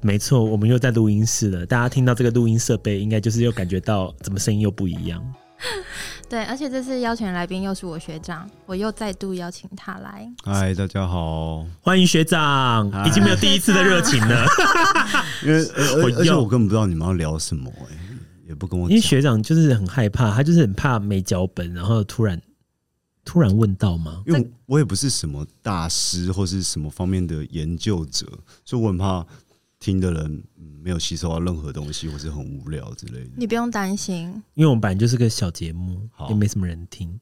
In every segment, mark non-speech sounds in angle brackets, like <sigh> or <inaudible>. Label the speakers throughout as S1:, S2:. S1: 没错，我们又在录音室了。大家听到这个录音设备，应该就是又感觉到怎么声音又不一样。
S2: 对，而且这次邀请的来宾又是我学长，我又再度邀请他来。
S1: 哎
S3: 嗨，大家好。
S1: 欢迎学长，
S3: 嗨
S1: 已经没有第一次的热情了。
S3: 因为而而
S1: 我
S3: 而且
S1: 要
S3: 我根本不知道你们要聊什么、哎，也不跟我
S1: <laughs> 因为
S3: 讲。
S1: 学长就是很害怕，他就是很怕没脚本，然后突然突然问到吗？
S3: 因为我也不是什么大师或是什么方面的研究者，所以我很怕听的人嗯没有吸收到任何东西，或是很无聊之类的。
S2: 你不用担心，
S1: 因为我们本来就是个小节目，
S3: 好嗯
S1: 也没什么人听，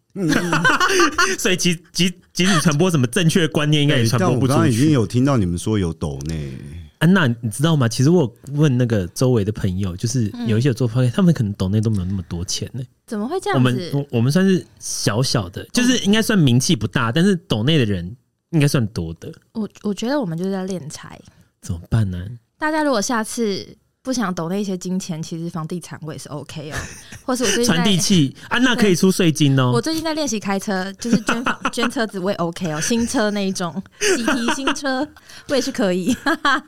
S1: <laughs> 所以其即即使传播什么正确观念，应该也传
S3: 欸但
S1: 播
S3: 哎我
S1: 不
S3: 刚
S1: 出
S3: 刚已经
S1: 去。
S3: 有听到你们说有抖内，欸
S1: 安娜，啊你知道吗？其实我有问那个周围的朋友，就是有一些有做 p o 他们可能懂内都没有那么多钱呢、
S2: 怎么会这
S1: 我
S2: 样
S1: 们
S2: 子？嗯
S1: 我我们算是小小的，就是应该算名气不大，但是懂内的人应该算多的，
S2: 我我觉得我们就是在敛财。
S1: 怎么办呢、
S2: 大家如果下次不想抖那些金钱，其实房地产我也是 OK 哦，或是我最近
S1: 传递
S2: 在。 <laughs>
S1: 器，安娜可以出税金哦、
S2: 我最近在练习开车，就是捐房捐车子我也 OK 哦，新车那一种，喜提新车我也是可以。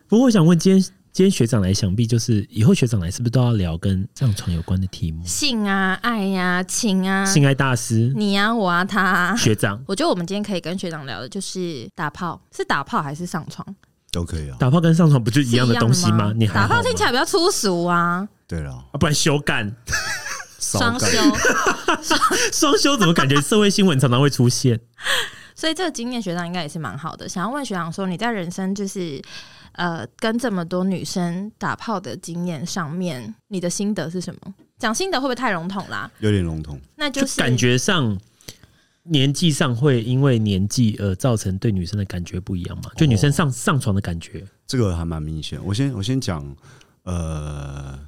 S1: 不过我想问，今天今天学长来，想必就是以后学长来是不是都要聊跟上床有关的题目？
S2: <laughs> 性啊，爱呀、情啊，
S1: 性爱大师、
S2: 你啊，我啊，他啊。
S1: 学长
S2: 我觉得我们今天可以跟学长聊的就是打炮，是打炮还是上床？
S3: 都可以啊。
S1: 打炮跟上床不就是一样的东西
S2: 是一样
S1: 吗
S2: 的？
S1: 你还
S2: 打
S1: 好吗
S2: 炮听起来比较粗俗啊，
S3: 对了，
S1: 啊，不然修干
S3: 骚
S2: 双
S3: 感
S2: 休， <laughs>
S1: 双修怎么感觉社会新闻常常会出现？
S2: 所以这个经验学长应该也是蛮好的。想要问学长说，你在人生就是呃跟这么多女生打炮的经验上面，你的心得是什么？讲心得会不会太笼统啦？
S3: 有点笼统。
S2: 那
S1: 就是感觉上。年纪上会因为年纪而造成对女生的感觉不一样嘛？就女生上、上床的感觉，
S3: 这个还蛮明显。我先我先讲，呃，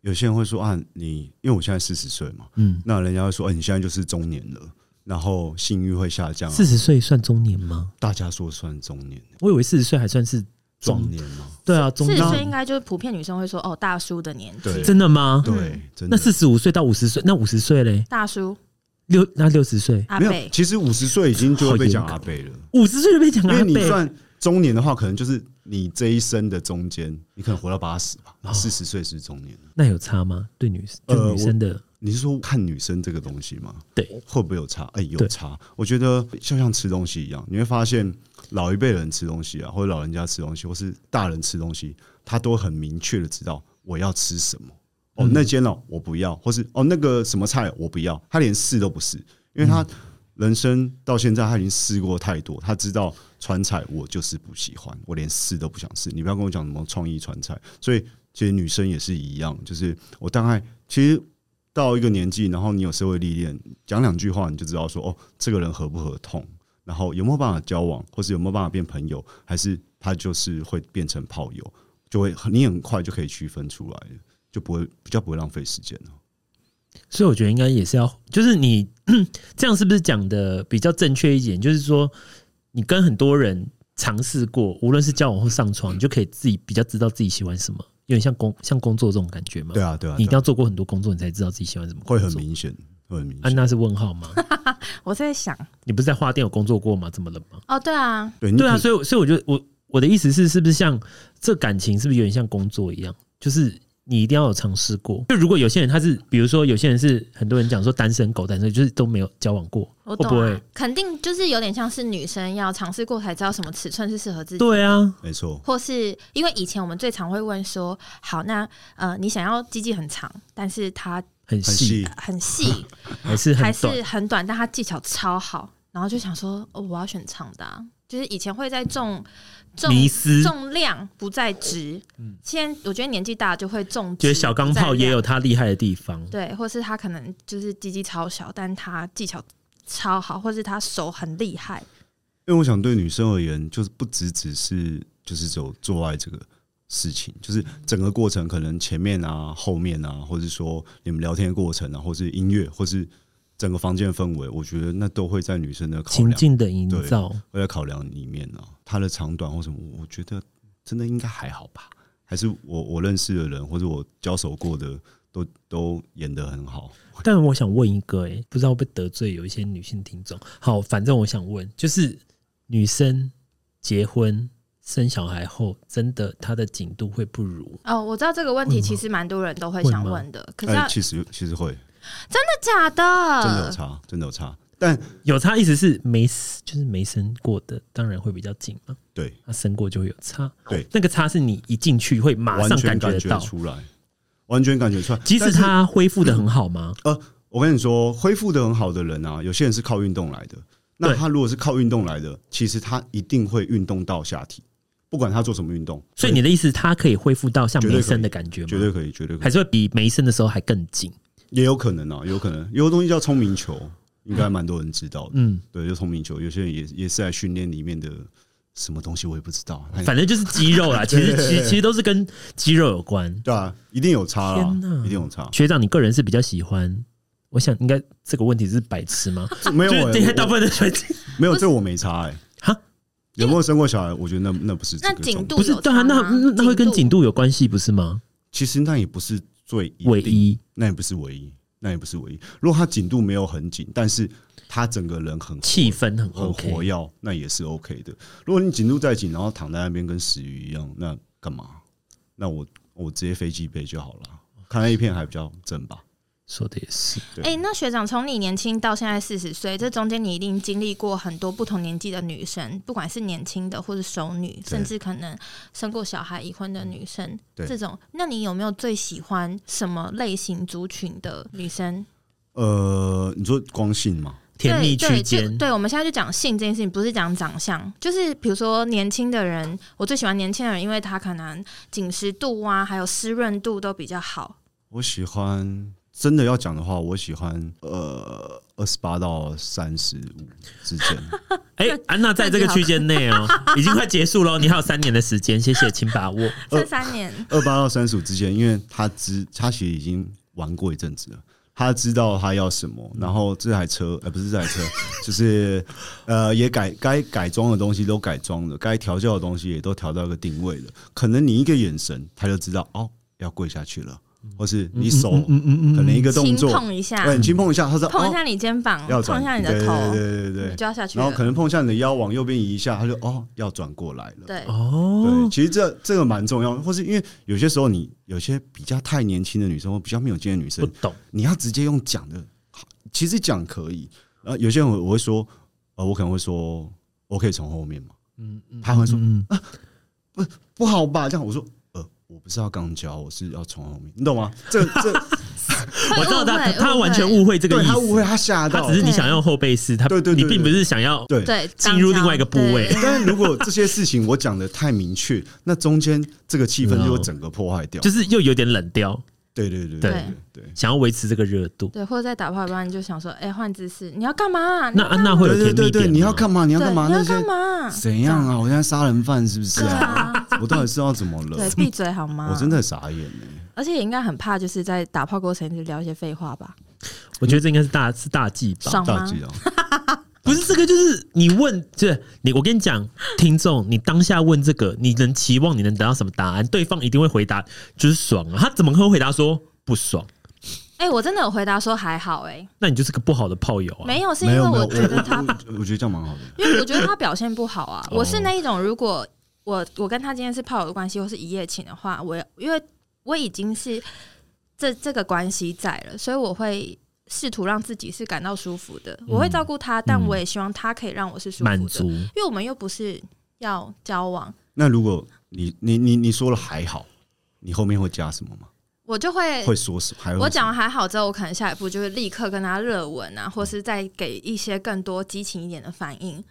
S3: 有些人会说啊，你因为我现在四十岁嘛，
S1: 嗯，
S3: 那人家会说，哎、你现在就是中年了，然后性欲会下降、啊。
S1: 哦四十岁算中年吗？
S3: 大家说算中年，
S1: 我以为四十岁还算是
S3: 中年吗？
S1: 对啊，中
S2: 四十
S1: 年
S2: 岁应该就是普遍女生会说哦，大叔的年纪，
S3: 对
S1: 真的吗？
S3: 对，
S1: 嗯
S3: 真的
S1: 那四十五岁到五十岁，那五十岁嘞？
S2: 大叔
S1: 六那六十岁，
S2: 阿
S3: 没
S2: 贝
S3: 有。。其实五十岁已经就会被讲
S1: 好
S3: 阿
S1: 严
S3: 贝了，
S1: 五十岁就被讲
S3: 因
S1: 阿
S3: 为你
S1: 贝，
S3: 算中年的话，可能就是你这一生的中间，你可能活到八十吧，
S1: 哦
S3: 四十岁是中年。
S1: 那有差吗？对女生，
S3: 呃
S1: 就女生的，
S3: 你是说看女生这个东西吗？
S1: 对，
S3: 会不会有差？哎、有
S1: 对
S3: 差。我觉得就像吃东西一样，你会发现老一辈人吃东西啊，或者老人家吃东西，或是大人吃东西，他都很明确的知道我要吃什么。哦，
S1: 嗯
S3: 那间哦，我不要，或是哦那个什么菜我不要，他连试都不试，因为
S1: 嗯
S3: 他人生到现在他已经试过太多，他知道川菜我就是不喜欢，我连试都不想试。你不要跟我讲什么创意川菜，所以其实女生也是一样，就是我大概其实到一个年纪，然后你有社会历练，讲两句话你就知道说哦，这个人合不合痛，然后有没有办法交往，或是有没有办法变朋友，还是他就是会变成炮友，就会很你很快就可以区分出来了，就不会比较不会浪费时间了。
S1: 所以我觉得应该也是要，就是你 <clears throat> 这样是不是讲的比较正确一点？就是说，你跟很多人尝试过，无论是交往或上床，你就可以自己比较知道自己喜欢什么，有点像工像工作这种感觉嘛。
S3: 啊，对啊
S1: 你一定要做过很多工作，你才知道自己喜欢什么工
S3: 会
S1: 作。
S3: 很明显，会很明
S1: 安
S3: 显。
S1: 娜是问号吗？
S2: 我在想，
S1: 你不是在花店有工作过吗？怎么了吗？
S2: 哦，对啊，
S3: 对，你
S1: 对啊，
S3: 可
S1: 所以我所以我觉得我我的意思是，是不是像这感情是不是有点像工作一样？就是你一定要有尝试过。就如果有些人他是，比如说有些人是很多人讲说单身狗，单身就是都没有交往过，
S2: 我
S1: 会
S2: 懂、
S1: 不
S2: 啊
S1: 会？
S2: 肯定就是有点像是女生要尝试过才知道什么尺寸是适合自己。
S1: 对啊，
S3: 没错，
S2: 或是因为以前我们最常会问说，好，那呃，你想要鸡鸡很长，但是它
S1: 很
S3: 很
S1: 细
S3: 细，
S2: 很细，
S1: 还是 <laughs>
S2: 还
S1: 很短
S2: 是。很短，但它技巧超好，然后就想说，哦，我要选长的啊、就是以前会在重重
S1: 迷思嗯
S2: 重量不在值，现在我觉得年纪大就会重质，
S1: 觉得小钢炮也有它厉害的地方，
S2: 对，或是他可能就是鸡鸡超小，但他技巧超好，或是他手很厉害，
S3: 因为我想对女生而言，就是不只只是就是走做爱这个事情，就是整个过程可能前面啊、后面啊，或者说你们聊天的过程啊，或是音乐，或是整个房间的氛围，我觉得那都会在女生的考
S1: 情
S3: 量，
S1: 境的营造。
S3: 会在考量里面啊，它的长短或什么，我我觉得真的应该还好吧。还是我我认识的人，或者我交手过的，都都演得很好。
S1: 但我想问一个、欸，不知道会不会得罪有一些女性听众。好，反正我想问，就是女生结婚生小孩后，真的他的紧度会不如。
S2: 哦，我知道这个问题其实蛮多人都会想问的，可是
S3: 哎
S2: 要，真
S3: 其实其实会
S2: 的假
S3: 真的有
S2: 的？
S3: 差，真的有差。但
S1: 有差意思是没死就是没生过的，当然会比较紧嘛。
S3: 对，
S1: 他生过就会有差，
S3: 对，
S1: 那个差是你一进去会马
S3: 完
S1: 上
S3: 全
S1: 感
S3: 感
S1: 觉得
S3: 觉
S1: 到，
S3: 出来，完全感觉出来。
S1: 即使
S3: 但是嗯
S1: 他恢复的很好吗？
S3: 我跟你说，恢复的很好的人啊，有些人是靠运动来的。那
S1: 对
S3: 他如果是靠运动来的，其实他一定会运动到下体，不管他做什么运动，
S1: 所以你的意思，他可以恢复到像
S3: 绝对
S1: 没
S3: 可以
S1: 生的感觉吗？
S3: 绝对可以，绝对可
S1: 还
S3: 以，
S1: 是会比没生的时候还更紧。
S3: 也有可能啊，有可能有个东西叫聪明球，应该蛮多人知道的。
S1: 嗯，
S3: 对，就聪明球，有些人也也是在训练里面的什么东西，我也不知道。哎
S1: 反正就是肌肉
S3: <laughs>
S1: 啦，其实其实其实都是跟肌肉有关。
S3: 对啊，一定有差啦
S1: 天，哪
S3: 一定有差。
S1: 学长，你个人是比较喜欢？我想应该这个问题是白痴吗？
S3: 这 <laughs> 没
S1: <laughs>
S3: 有
S1: 就是
S3: 欸，
S1: 等一下大
S3: 我
S1: 部分的学长
S3: 没有这我没差哎。
S1: 哈，
S3: 有没有生过小孩？我觉得那那不是这
S2: 那
S3: 个重
S2: 紧
S3: 点
S2: 度
S1: 不是
S2: 有
S1: 对啊，
S2: 差
S1: 那
S2: 吗
S1: 那那会跟紧度有关系不是吗？
S3: 其实那也不是最一定
S1: 唯一
S3: 那也不是唯一，那也不是唯一。如果他紧度没有很紧，但是他整个人很活
S1: 气氛很
S3: 很
S1: OK，
S3: 活跃，那也是 OK 的。如果你紧度再紧，然后躺在那边跟死鱼一样，那干嘛？那我我直接飞机杯就好了。看 A 片还比较正吧？
S1: 说的也是。
S3: 对
S2: 哎、那学长从你年轻到现在四十岁，这中间你一定经历过很多不同年纪的女生，不管是年轻的或是熟女，甚至可能生过小孩、已婚的女生，
S3: 嗯对
S2: 这种，那你有没有最喜欢什么类型族群的女生？
S3: 呃，你说光性嘛？
S1: 甜蜜区
S2: 对对就
S1: 间，
S2: 对，我们现在就讲性这件事情，不是讲长相，就是比如说年轻的人，我最喜欢年轻的人，因为他可能紧实度啊，还有湿润度都比较好。
S3: 我喜欢真的要讲的话，我喜欢呃二十八到三十五之间。
S1: 哎、安娜在这个区间内
S2: <laughs>
S1: 哦，已经快结束喽，你还有三年的时间，谢谢，请把握。
S3: 呃
S2: 这三年，
S3: 二八到三十五之间，因为他知他其实已经玩过一阵子了，他知道他要什么，然后这台车呃不是这台车，就是呃也改该改装的东西都改装了，该调教的东西也都调到一个定位了，可能你一个眼神他就知道哦要跪下去了，或是你手可能一个动
S2: 轻
S3: 作，
S2: 碰一下，
S3: 对，你轻碰一下，他说
S2: 碰一
S3: 哦
S2: 下你肩膀，
S3: 要
S2: 碰
S3: 转
S2: 一下你的头，嗯
S3: 对对对对
S2: 你
S3: 对
S2: 就要下去
S3: 然
S2: 了。
S3: 后可能碰一下你的腰，往右边移一下，他就哦要转过来了。
S2: 对，
S1: 哦
S3: 对，，其实这这个蛮重要，或是因为有些时候你有些比较太年轻的女生或比较没有经验的女
S1: 不
S3: 生，
S1: 懂，
S3: 你要直接用讲的，其实讲可以。然后有些人我我会说，呃，我可能会说，我可以从后面嘛，
S1: 嗯，嗯
S3: 他会说
S1: 嗯，嗯
S3: 不好吧？这样我说，呃，我不是要刚教，我是要从后面，你懂吗？这
S1: <laughs>
S3: 这
S1: 我知道他
S2: 会误会
S1: 他完全
S2: 会
S1: 误会这个
S3: 对
S1: 意
S3: 他误
S1: 思，
S3: 会，他吓
S1: 他
S3: 到
S1: 只，是你
S2: 对
S1: 想要后背式，他
S3: 对对
S1: 你
S3: 对对
S1: 并不是想要
S3: 对。
S2: 对
S1: 进入另外一个部位
S2: 对
S3: 但是如果这些事情我讲的太明确，那中间这个气氛就会整个破坏掉。
S1: 就是又有点冷掉，
S3: 对对对
S1: 对
S3: 对对。
S1: 想要维持这个热度。
S2: 对，或者在打炮一半就想说，哎，换姿势，你要干嘛？
S1: 那啊安娜会有
S3: 对
S1: 甜蜜
S3: 对对对，
S1: 点吗，
S3: 你要干嘛？你
S2: 你
S3: 要干嘛？
S2: 你
S3: 那
S2: 要
S3: 些
S2: 干嘛？
S3: 怎样啊？我现在杀人犯是不是
S2: 对
S3: 啊？
S2: 啊，
S3: 我到底是要怎么
S2: 对
S3: 了，？
S2: 闭嘴好吗？
S3: 我真，的傻眼欸呢。
S2: 而且也应该很怕，就是在打炮过程就聊一些废话吧，
S1: 我觉得这应该是大是大忌吧。
S2: 爽
S3: 大
S2: 吗？
S3: 忌啊！
S1: 不是这个，就是你问，就是你，我跟你讲，听众，你当下问这个，你能期望你能得到什么答案？对方一定会回答就是爽啊，他怎么可能会回答说不爽？
S2: 哎，我真的有回答说还好，哎，
S1: 那你就是个不好的炮友啊。
S2: 没有，是因
S3: 没
S2: 为
S3: 有没有，
S2: 我
S3: 我
S2: 觉得他
S3: 我我觉得这样蛮好的。
S2: 因为我觉得他表现不好啊。
S1: 哦
S2: 我是那一种，如果我我跟他今天是炮友的关系，或是一夜情的话，我因为我已经是这这个关系在了，所以我会试图让自己是感到舒服的。我会照顾他，但我也希望他可以让我是舒服的，
S1: 嗯满足，
S2: 因为我们又不是要交往，
S3: 那如果你你你你说了还好，你后面会加什么吗？
S2: 我就会
S3: 会说什么？还会
S2: 我讲完还好之后，我可能下一步就会立刻跟他热吻啊，或是再给一些更多激情一点的反应，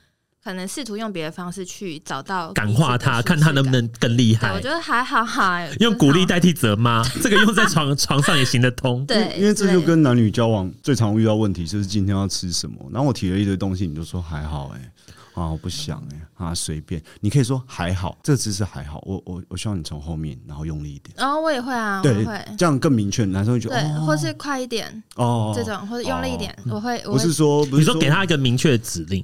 S2: 可能试图用别的方式去找到
S1: 感化
S2: 彼此的
S1: 他，
S2: 舒适
S1: 看他能不
S2: 感
S1: 能更厉
S2: 对，我
S1: 害
S2: 觉。得还好哈，
S1: 用鼓励
S2: 代
S1: 代替责骂，这个用在床床上也行得通。
S2: 对，
S3: 因为这
S2: 之类
S3: 就
S2: 的
S3: 跟男女交往最常遇到问题就是今天要吃什么，然后我提了一堆东西，你就说还好哎、啊我不想哎、啊随便，你可以说还好，这只是还好，我我我希望你从后面然后用力一点，
S2: 然后我也会啊，我
S3: 对
S2: 也会，
S3: 这样更明确，男生会觉得
S2: 对，
S3: 哦
S2: 或是快一点
S3: 哦
S2: 这种，或者用力一点，我会，我
S3: 不
S2: 会
S3: <laughs> 是说不
S1: 你
S3: 是
S1: 说给他一个明确的指令，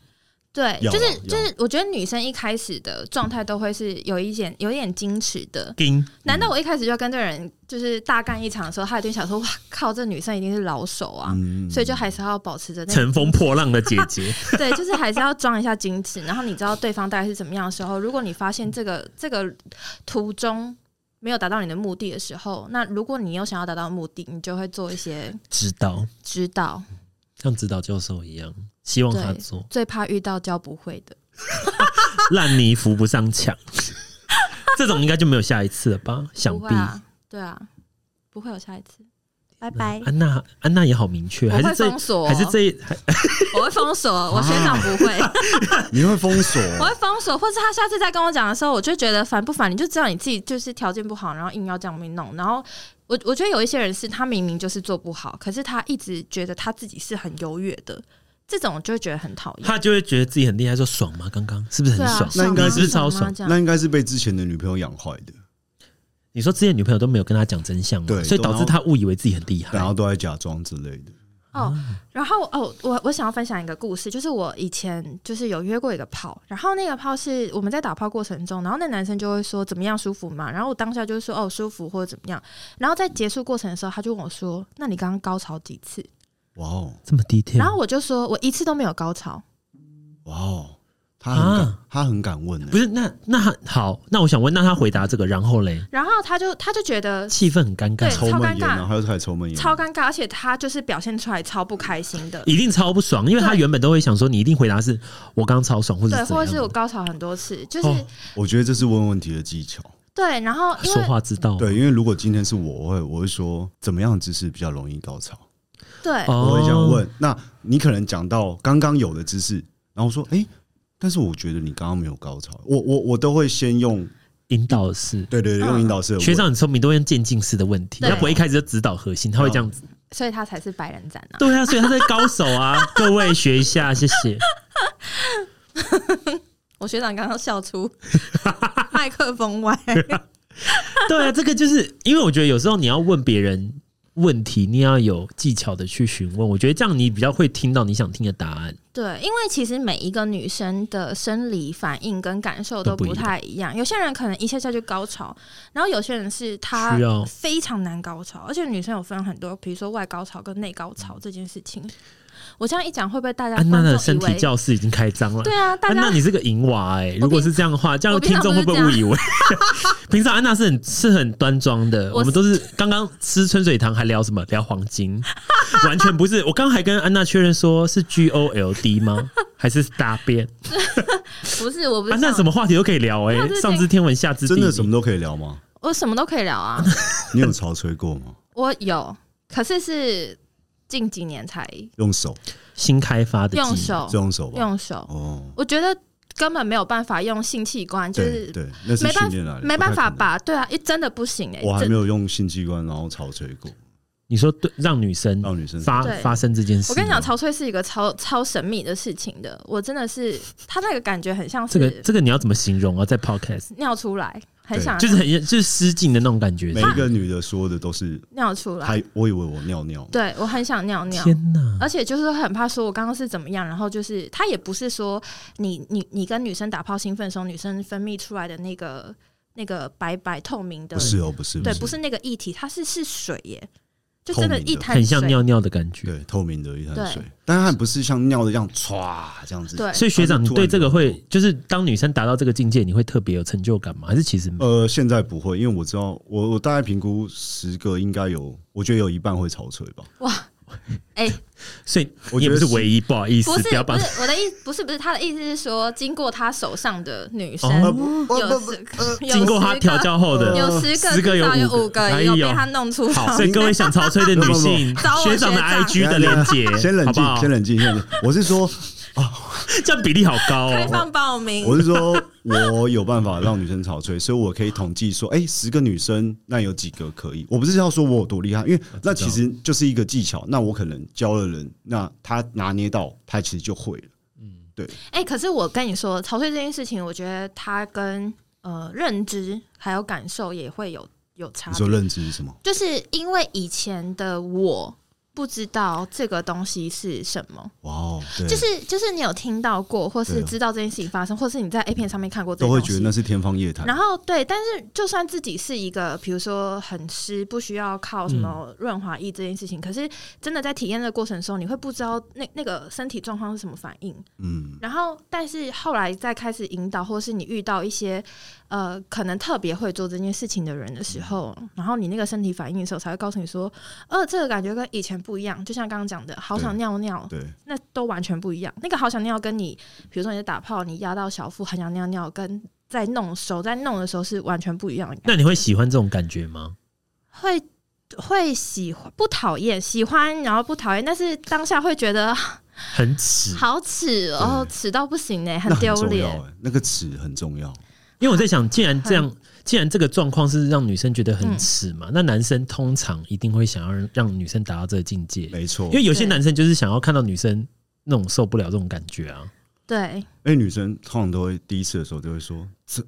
S2: 对，
S3: 要啊
S2: 就是
S3: 要
S2: 就是，我觉得女生一开始的状态都会是有一点有一点矜持的。
S1: 丁
S2: 难道我一开始就要跟这个人就是大干一场的时候，他一定想说哇靠，这女生一定是老手啊，
S3: 嗯
S2: 所以就还是要保持着那
S1: 乘风破浪的姐
S2: <laughs>
S1: 姐，
S2: 对，就是还是要装一下矜持。然后你知道对方大概是怎么样的时候，如果你发现这个这个途中没有达到你的目的的时候，那如果你又想要达到目的，你就会做一些
S1: 指导
S2: 指导。
S1: 像指导教授一样，希望他做
S2: 最怕遇到教不会的，
S1: 烂泥扶不上墙， <laughs> 这种应该就没有下一次了吧？想
S2: 不
S1: 必
S2: 会啊，对啊，不会有下一次。拜拜。
S1: 安娜安娜也好明确，
S2: 我
S1: <laughs> 还
S2: 会
S1: 是这
S2: 封锁，
S1: 还是这啊还
S2: 我会封锁，我学长不
S1: <laughs>
S2: 会，
S3: 你会封锁，
S2: 我会封锁，或是他下次再跟我讲的时候，我就觉得烦不烦？你就知道你自己就是条件不好，然后硬要这样被弄。然后我我觉得有一些人是他明明就是做不好，可是他一直觉得他自己是很优越的，这种我就会觉得很讨厌。
S1: 他就会觉得自己很厉害，说爽吗？刚刚是不是
S2: 对
S1: 很
S2: 啊
S1: 爽，？
S3: 那应该
S2: 吗
S1: 是不是超
S2: 吗
S1: 爽
S2: 这
S3: 那
S2: 样
S3: 应该是被之前的女朋友养坏的，
S1: 你说之前女朋友都没有跟他讲真相嘛，
S3: 对
S1: 所以导致他误以为自己很厉害
S3: 然。后都在假装之类的。
S2: 哦，然后哦，我我想要分享一个故事，就是我以前就是有约过一个炮，然后那个炮是我们在打炮过程中，然后那男生就会说怎么样舒服嘛，然后我当下就是说哦舒服或者怎么样，然后在结束过程的时候，他就问我说，那你刚刚高潮几次？
S3: 哇哦，
S1: 这么 detail，
S2: 然后我就说我一次都没有高潮，
S3: 哇哦，他很敢，
S1: 啊
S3: 他很敢问呢、欸
S1: 不是那那他好，那我想问，那他回答这个，然后嘞，
S2: 然后他就他就觉得
S1: 气氛很尴尬
S2: 对，
S3: 抽
S2: 超
S3: 闷
S2: 尴
S3: 烟啊，
S2: 尬
S3: 他又开始抽闷烟，
S2: 超尴尬，而且他就是表现出来超不开心的，
S1: 一定超不爽，因为他
S2: 对
S1: 原本都会想说，你一定回答是我刚超爽，或者
S2: 对，
S1: 怎
S2: 或
S1: 样
S2: 者是我
S1: 的。
S2: 高潮很多次，就是、
S1: 哦
S3: 我觉得这是问问题的技巧。
S2: 对，然后因
S1: 说
S2: 为
S1: 话之道，
S3: 对，因为如果今天是我，我会我会说怎么样的姿势比较容易高潮，
S2: 对
S1: 哦
S3: 我会这样问。那你可能讲到刚刚有的姿势，然后说哎、诶但是我觉得你刚刚没有高潮，我我我都会先用
S1: 引导式。
S3: 对对
S2: 嗯
S3: 对，用引导式的问
S1: 学长很聪明，都会用渐进式的问题，
S2: 对
S1: 他不会一开始就指导核心，他会这样子。
S2: 所以他才是白人斩
S1: 啊 <laughs>
S2: 啊。
S1: 对啊，所以他是高手啊， <laughs> 各位学一下，谢谢。
S2: 我学长刚刚笑出 <laughs> 麦克风歪，
S1: <laughs> 对啊，这个就是因为我觉得有时候你要问别人问题，你要有技巧的去询问，我觉得这样你比较会听到你想听的答案。
S2: 对，因为其实每一个女生的生理反应跟感受都
S1: 都不一
S2: 不
S1: 样
S2: 太一样，有些人可能一下下就高潮，然后有些人是她
S1: 需要
S2: 非常难高潮，而且女生有分很多，比如说外高潮跟内高潮这件事情。我这样一讲，会不会大家
S1: 安
S2: 观
S1: 娜的
S2: 众
S1: 啊身
S2: 以为
S1: 体教室已经开张了。
S2: 对啊？大
S1: 安娜，
S2: 家
S1: 你是个银娃哎、如果是这样的话，这样
S2: 我平
S1: 听
S2: 常
S1: 众会不会
S2: 不
S1: 误
S2: 是这
S1: 以为？ <laughs> 平常安娜是很是很端庄的，
S2: 我
S1: 我们都是刚刚吃春水堂还聊什么？聊黄金，完全不是。我刚刚还跟安娜确认说是 G O L D 吗？ <laughs> 还是大便？
S2: 不是我不是
S1: 安娜
S2: 这
S1: 什
S2: 样
S1: 啊么话题都可以聊哎、
S2: 没有这是
S1: 上知天文下知地
S3: 真
S1: 理，
S3: 的什么都可以聊吗？
S2: 我什么都可以聊啊，
S3: 你有潮吹过吗？
S2: <laughs> 我有，可是是近几年才
S3: 用手，
S1: 新开发的技能
S2: 用手
S3: 是用手吧？
S2: 用手，
S3: 哦，
S2: 我觉得根本没有办法用性器官，就
S3: 对
S2: 是
S3: 对，那是
S2: 没办
S3: 训练来的，
S2: 没办法
S3: 不太可能？
S2: 吧？对啊，一真的不行哎、
S3: 我还
S2: 这
S3: 没有用性器官然后潮吹过，
S1: 你说对，让女生
S3: 让女生
S1: 发
S2: 对
S1: 发生这件事。
S2: 我跟你讲，，
S3: 啊
S2: 潮吹是一个超超神秘的事情的，我真的是，他那个感觉很像
S1: 这个
S2: 是
S1: 这个你要怎么形容啊？在 podcast
S2: 尿出来，很
S3: 对
S2: 想
S1: 就是很就是失禁的那种感觉。
S3: 每一个女的说的都是，
S2: 尿出来，
S3: 还我以为我尿尿，
S2: 对我很想尿尿。
S1: 天哪！
S2: 而且就是很怕说，我刚刚是怎么样，然后就是他也不是说你你你跟女生打炮兴奋的时候，女生分泌出来的那个那个白白透明的，
S3: 不是哦，不是，
S2: 对，不是那个液体，它是是水耶，就
S3: 透
S2: 真的
S3: 明
S2: 一
S3: 的
S2: 滩
S1: 很像
S2: 水
S1: 尿尿的感觉，
S3: 对，透明的一滩
S2: 对
S3: 水，但它不是像尿的一样唰这样子。
S2: 对
S1: 所以学长，
S3: 它
S1: 你
S3: 是突然
S1: 对这个
S3: 流
S1: 会，就是当女生达到这个境界，你会特别有成就感吗？还是其实没有
S3: 呃，现在不会，因为我知道，我我大概评估十个应该有，我觉得有一半会潮吹吧。
S2: 哎、
S1: 所以
S3: 我
S1: 你也
S3: 觉
S1: 不
S3: 得
S1: 是唯一，不好意思
S2: 不，是
S1: 不要把
S2: 不是我的意，不是不是他的意思是说，经过他手上的女生
S1: 哦
S3: 呃，不不
S2: 有
S3: 不
S2: 十
S3: 不，
S2: 个，有
S1: 经过他
S2: 十个
S1: 调教后的。
S2: 有十个，
S1: 十个
S2: 至少
S1: 有
S2: 有
S1: 五个
S2: 五个
S1: 哎
S2: 有
S1: 呦
S2: 被他弄出
S1: 好，
S2: 场 <laughs>
S1: 所。以各位想潮吹的
S3: <laughs>
S1: 女性
S2: 不不不
S1: 学长的
S2: <laughs> 找我
S1: IG 的
S3: 等一
S1: 链
S3: 下
S1: 接，
S3: 先冷
S1: 好不
S3: 静，
S1: 好
S3: 先？冷静，先冷静。我是说，
S1: 这样比例好高
S2: 开
S1: 哦。
S2: 放报名，
S3: <laughs> 我是说，我有办法让女生潮吹，所以我可以统计说，哎、十个女生，那有几个可以？我不是要说我有多厉害，因为那其实就是一个技巧。那我可能教了人，那他拿捏到，他其实就会了。
S2: 哎、可是我跟你说，潮睡这件事情，我觉得它跟呃认知还有感受也会有有差
S3: 你
S2: 别。
S3: 说认知是什么？
S2: 就是因为以前的我不知道这个东西是什么，
S3: 哇哦，对，
S2: 就是就是你有听到过，或
S3: 对
S2: 是
S3: 啊
S2: 知道这件事情发生，或是你在 A 片上面看过这
S3: 都
S2: 个东西，
S3: 会觉得那是天方夜谭。
S2: 然后对，但是就算自己是一个，比如说很湿，不需要靠什么润滑液这件事情，可是真的在体验的过程中，你会不知道那那个身体状况是什么反应。
S3: 嗯，
S2: 然后，但是后来再开始引导，或是你遇到一些呃可能特别会做这件事情的人的时候，然后你那个身体反应的时候，才会告诉你说，呃，这个感觉跟以前不一样。就像刚刚讲的，好想
S3: 对
S2: 尿尿，
S3: 对，
S2: 那都完全不一样。那个好想尿，跟你比如说你在打炮，你压到小腹很想尿尿，跟在弄手在弄的时候是完全不一样的感觉。
S1: 那你会喜欢这种感觉吗？
S2: 会会喜欢不讨厌，喜欢然后不讨厌，但是当下会觉得
S1: 很耻，
S2: 好耻哦，
S3: 对
S2: 耻到不行呢、
S3: 那
S2: 很
S3: 很
S2: 丢
S3: 重要
S2: 脸。
S3: 欸，那个尺很重要。
S1: 因为我在想，既然这样，既然这个状况是让女生觉得
S2: 嗯
S1: 很耻嘛，那男生通常一定会想要让让女生达到这个境
S2: 嗯
S1: 界，
S3: 没错
S1: 因，为有些
S2: 对
S1: 男生就是想要看到女生那种受不了这种感觉啊。
S2: 对，
S3: 哎，女生通常都会第一次的时候就会说：“怎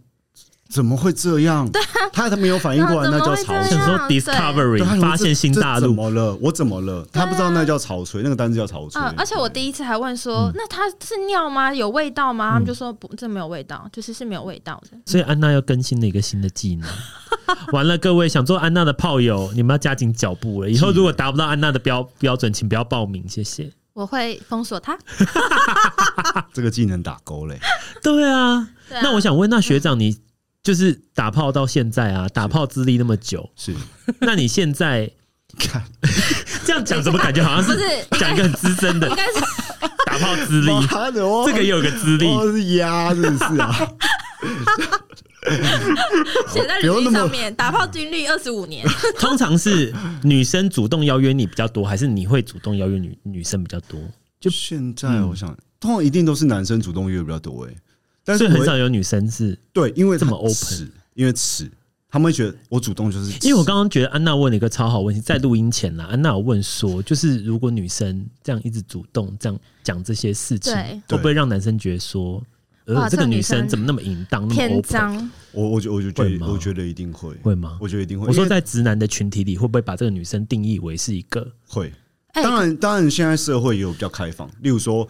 S3: 怎么会
S2: <laughs>
S3: 这样？”她她没有反应过来，
S2: 对啊
S3: 那叫
S2: 啊怎么会这
S3: 潮
S2: 样
S3: 吹
S1: 想。说
S2: 对
S1: discovery
S3: 对她想说
S1: 发现新
S3: 这
S1: 大
S3: 这怎
S1: 陆，
S3: 么了？我怎么了？她不知道那叫潮吹，那个单字叫潮吹
S2: 嗯、。而且我
S3: 对
S2: 第一次还问说，
S1: 嗯
S2: 那它是尿吗？有味道吗？
S1: 嗯
S2: 他们就说不，这没有味道，就是是没有味道的。
S1: 所以安娜要更新了一个新的技能。 <laughs> 完了，各位想做安娜的炮友，你们要加紧脚步了。以后如果达不到安娜的标标准，请不要报名，谢谢。
S2: 我会封锁它。
S3: 这个技能打勾嘞，
S1: 对啊，
S2: 对啊
S1: 那我想问，那学长你就是打炮到现在啊，打炮资历那么
S2: <laughs>
S1: 久，
S3: 是
S1: 那你现在 <laughs>
S3: 看
S1: 这样讲，怎么感觉好像
S2: 不
S1: 是
S2: 是
S1: 讲一个很资深
S2: <laughs>
S1: 的
S2: 应该是
S1: 打炮资历？
S3: 妈的哦，
S1: 这个也有个资历，
S3: 哦是鸭，真的是
S1: <laughs>
S3: 啊，
S2: 写在
S3: <laughs> 不
S2: 履
S3: 用那
S2: 历
S3: 么
S2: 上面，打炮经历二十五
S3: <laughs>
S2: 年。
S1: 通常是女生主动邀约你比较多，还是你会主动邀约女女生比较多？
S3: 就现在
S1: 嗯
S3: 我想，通常一定都是男生主动约比较多哎，但
S1: 所以
S3: 是
S1: 很
S3: 我
S1: 少有女生是，
S3: 对，因为
S1: 这么
S3: 他
S1: open
S3: 耻因为耻，他们会觉得我主动就是耻，
S1: 因为我刚刚觉得安娜问了一个超好问题，在录音前啦，啊安娜有问说，就是如果女生这样一直主动这样讲这些事情，
S2: 对
S1: 会不会让男生觉得说，呃，
S2: 哇
S1: 这个
S2: 这
S1: 女
S2: 女生
S1: 生怎么那么淫荡，那么
S2: 篇
S1: open？
S2: 章
S3: 我我觉我就
S1: 会
S3: 觉
S1: 吗
S3: 得我觉得一定会，
S1: 会吗？
S3: 我觉得一定会。
S1: 我
S3: 因
S1: 说
S3: 为
S1: 在直男的群体里，会不会把这个女生定义为是一个？
S3: 会，
S2: 哎
S3: 当然当然现在社会也有比较开放，例如说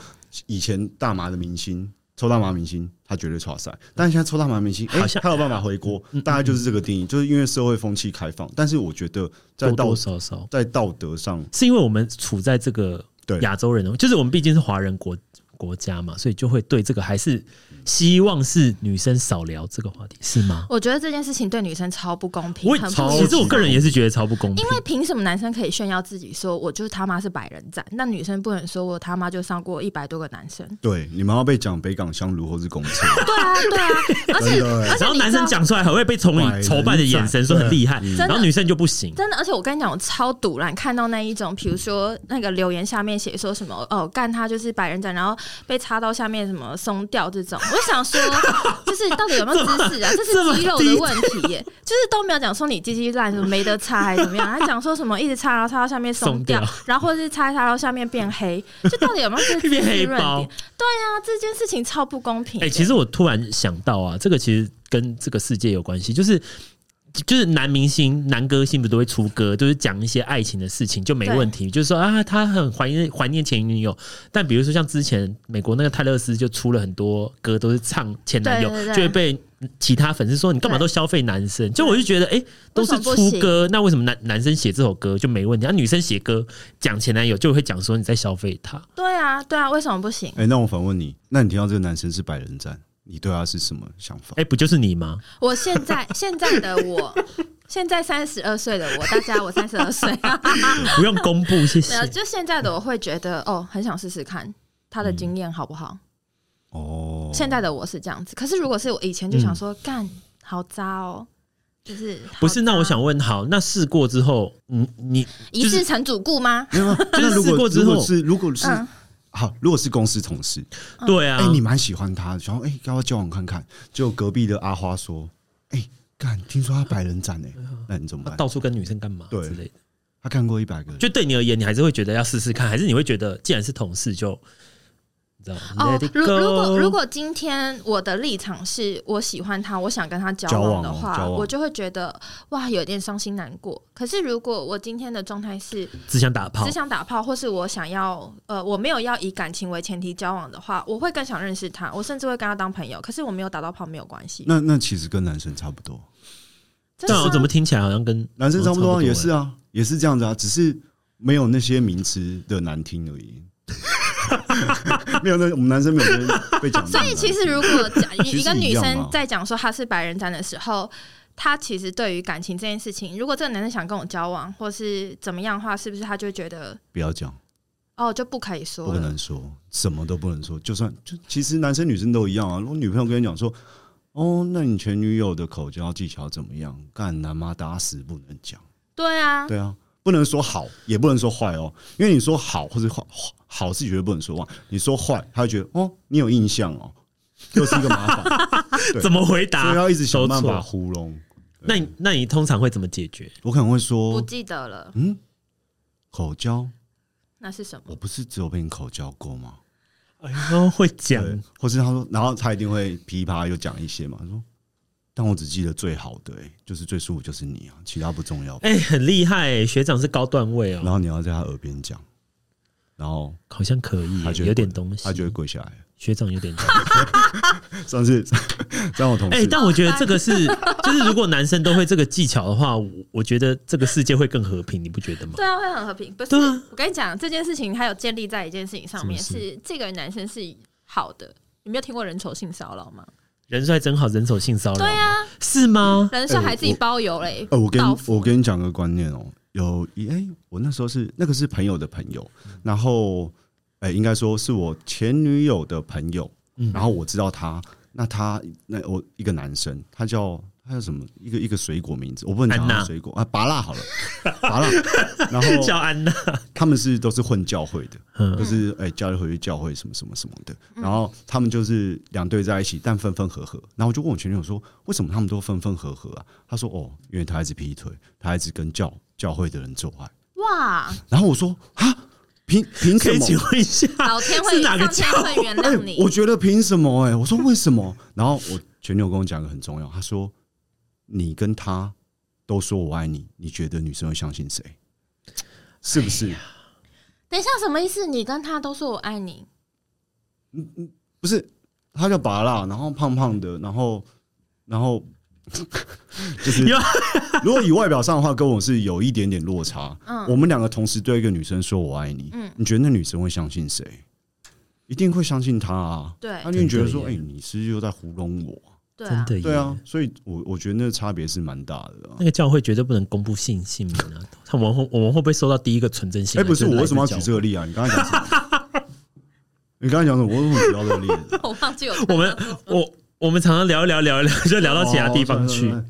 S3: 以前大麻的明星。抽大麻明星，他绝对超赛，但是现在抽大麻明星，哎、
S1: 好像嗯
S3: 他有办法回国，大概就是这个定义，就是因为社会风气开放。但是我觉得在
S1: 多
S3: 道
S1: 多少少
S3: 在道德上，
S1: 是因为我们处在这个
S3: 对
S1: 亚洲人哦，就是我们毕竟是华人国国家嘛，所以就会对这个还是希望是女生少聊这个话题，是吗？
S2: 我觉得这件事情对女生超不公平，
S1: 我
S2: 很不
S3: 超
S1: 其实我个人也是觉得超不公平
S2: 因，为凭什么男生可以炫耀自己说我就是他妈是百人斩，那女生不能说我他妈就上过一百多个男生？
S3: 对你们要被讲北港香炉或是公车，
S2: 对啊，对啊， <laughs> 而且
S3: 真的欸
S2: 而且
S1: 然后
S2: 你
S1: 男
S2: 知道
S1: 生讲出来还会被从
S3: 百
S1: 你
S3: 人
S1: 崇拜的眼神说很厉害，
S2: 的
S1: 然后女生就不行。
S2: 真的，而且我跟你讲，我超堵然看到那一种，比如说那个留言下面写说什么哦，干他就是百人斩，然后被插到下面什么松掉这种，我就想
S1: <laughs>
S2: 说，就是到底有没有知识啊？这
S1: 这么
S2: 是肌肉的问题耶，就是都没有讲说你鸡鸡烂什么没得插还是怎么样，还讲说什么一直插然后插到下面松掉，
S1: 松掉
S2: 然后或者是插一插到下面变黑，就到底有没有这
S1: 变黑
S2: 滋润
S1: 包
S2: 点？对啊，这件事情超不公平
S1: 哎、
S2: 的。
S1: 其实我突然想到啊，这个其实跟这个世界有关系，就是。就是男明星、男歌星不是都会出歌，就是讲一些爱情的事情，就没问题。就是说啊，他很怀念怀念前女友，但比如说像之前美国那个泰勒斯就出了很多歌，都是唱前男友，
S2: 对对对
S1: 就会被其他粉丝说你干嘛都消费男生。就我就觉得，哎、都是
S2: 为什么不
S1: 出
S2: 行
S1: 歌，那为什么男男生写这首歌就没问题，啊、女生写歌讲前男友就会讲说你在消费他？
S2: 对啊，对啊，为什么不行？
S3: 哎、那我反问你，那你听到这个男生是百人战，你对他是什么想法
S1: 哎、？不就是你吗？
S2: 我现在现在的我，现在三十二岁的我，大家我三十二岁，
S1: <laughs> 不用公布，谢谢
S2: 没。有，就现在的我会觉得哦，很想试试看他的
S1: 嗯
S2: 经验好不好。
S3: 哦，
S2: 现在的我是这样子，可是如果是我以前就想说干、好渣哦，就是好渣
S1: 嗯不是，那我想问，好，那试过之后，你你
S2: 一
S1: 就是
S2: 世成主顾吗？
S3: 没有吗？那如
S1: 试过
S3: 果
S1: 之
S3: 如
S1: 后
S3: 果是如果是、
S2: 嗯，
S3: 好，如果是公司同事，
S1: 对啊
S3: 哎、，你蛮喜欢他的，想说哎，跟、他交往看看。就隔壁的阿花说，哎、干，听说他百人斩 <laughs> 哎、那你怎么
S1: 他
S3: 办？
S1: 到处跟女生干嘛
S3: 对
S1: 之类的，
S3: 他看过一百个人，
S1: 就对你而言，你还是会觉得要试试看，还是你会觉得既然是同事就你知道吗
S2: 哦
S1: Let it，
S2: 如如果
S1: go
S2: 如果今天我的立场是我喜欢他，我想跟他交往的话，
S3: 交往哦交往
S2: 我就会觉得哇，有点伤心难过。可是如果我今天的状态是
S1: 只想打炮
S2: 只，想打炮，或是我想要呃，我没有要以感情为前提交往的话，我会更想认识他，我甚至会跟他当朋友。可是我没有打到炮没有关系，
S3: 那那其实跟男生差不多，
S2: 真的
S1: 但我
S2: 吗
S1: 怎么听起来好像跟
S3: 男生差不多啊也是
S1: 啊，
S3: 啊，也是这样子啊，只是没有那些名词的难听而 <laughs> 已。没有那我们男生没有被被讲那
S2: 所
S3: 么难听。
S2: 以其实如果讲
S3: 其实
S2: 一个
S3: 一
S2: 女
S3: 样
S2: 生
S3: 嘛
S2: 在讲说她是白人渣的时候，她其实对于感情这件事情，如果这个男生想跟我交往或是怎么样的话，是不是她就会觉得
S3: 不要讲，
S2: 哦就不可以说
S3: 不
S2: 了
S3: 能？说，什么都不能说。就算就其实男生女生都一样啊。如果女朋友跟你讲说，哦，那你前女友的口交技巧怎么样？干男妈打死不能讲。
S2: 对啊，
S3: 对啊，不能说好，也不能说坏哦，因为你说好或者坏好是绝对不能说坏，你说坏，他会觉得哦，你有印象哦，又是一个麻
S2: <laughs>
S3: 烦，对啊
S1: 怎么回
S3: 所以
S1: 答？
S3: 要一直想办
S1: 都
S3: 法
S1: 错
S3: 糊弄。
S1: 那你那你通常会怎么解决？
S3: 我可能会
S2: 不
S3: 说，
S2: 记得了，
S3: 嗯，口交，
S2: 那是什么
S3: 我？不是只有被你口交过吗？
S1: 哎呦，会讲
S3: 对，或是他说，然后他一定会噼啪又讲一些嘛，他说，但我只记得最好的、欸，就是最舒服就是你啊，其他不重要。
S1: 哎，很厉害欸，学长是高段位
S3: 然
S1: 哦，
S3: 后你要在他耳边讲，然后
S1: 好像可以
S3: 他
S1: 欸，
S3: 就会
S1: 有点东西
S3: 他，就会跪下来。
S1: 学长有点东西。
S3: 上 <laughs> 次让我同事，
S1: 哎，但我觉得这个是，就是如果男生都会这个技巧的话，我我觉得这个世界会更和平，你不觉得吗？
S2: 对啊，会很和平。不是，
S1: 对啊
S2: 我跟你讲，这件事情它有建立在一件事情上面，
S1: 什么
S2: 是这个男生是好的。你没有听过人丑性骚扰吗？
S1: 人帅真好，人丑性骚扰，
S2: 对啊，
S1: 是吗？
S2: 人帅还自己
S3: 我
S2: 包邮嘞、
S1: 哦
S3: 呃，我跟
S2: 到付
S3: 我跟你讲个观念哦、有一哎、我那时候是那个是朋友的朋友，
S1: 嗯
S3: 然后哎、应该说是我前女友的朋友，
S1: 嗯
S3: 然后我知道他，那他那我一个男生，他叫他叫什么？一个一个水果名字，我不能讲
S1: 安
S3: 他
S1: 娜
S3: 的水果啊，拔辣好了，拔辣。然后
S1: <laughs> 叫安娜，
S3: 他们是都是混教会的，
S1: 嗯
S3: 就是哎、教会回去教会什么什么什么的，然后他们就是两队在一起，但分分合合。然后我就问我前女友说，为什么他们都分分合合啊？她说哦，因为她一直劈腿，她一直跟教教会的人做爱。
S2: 哇，
S3: 然后我说啊，凭凭
S1: 可
S3: 什
S1: 以请
S3: 么？
S1: 问一下，
S2: 老天
S1: 是
S2: 会，
S1: 哪个
S2: 上天
S1: 教
S2: 会原
S3: 哎、
S2: 谅你。
S3: 我觉得凭什么、哎，我说为什么？然后我前女友跟我讲一个很重要，她说你跟他都说我爱你，你觉得女生会相信谁？是不是？
S2: 等一下，什么意思？你跟他都说我爱你，
S3: 不是，他叫拔辣，然后胖胖的，然后然后 <laughs> 就是
S1: 有，
S3: <laughs> 如果以外表上的话，跟我是有一点点落差。
S2: 嗯
S3: 我们两个同时对一个女生说“我爱你”，
S2: 嗯
S3: 你觉得那女生会相信谁？一定会相信他啊。
S2: 对
S3: 他就觉得
S1: 真的
S3: 说：“哎、
S1: 耶
S3: 你是不是又在糊弄我
S2: 对
S1: 真
S2: 啊，
S1: 的？”耶
S3: 对啊，，所以我我觉得那差别是蛮大的、啊。
S1: 那个教会绝对不能公布性姓名啊！他们会我们会不会收到第啊一个纯真性？
S3: 哎、不是，
S1: 就
S3: 我为什么要
S1: 来
S3: 举
S1: 自
S3: 这
S1: 教
S3: 个例啊？你刚才讲什么？你刚才讲什么？我为什么举到这个例子？
S2: <laughs> <laughs> 我忘记有
S1: 会？我们
S2: 嗯
S1: 我我们常常聊一聊聊一聊，就聊到其他地方去
S3: 哦。算了算了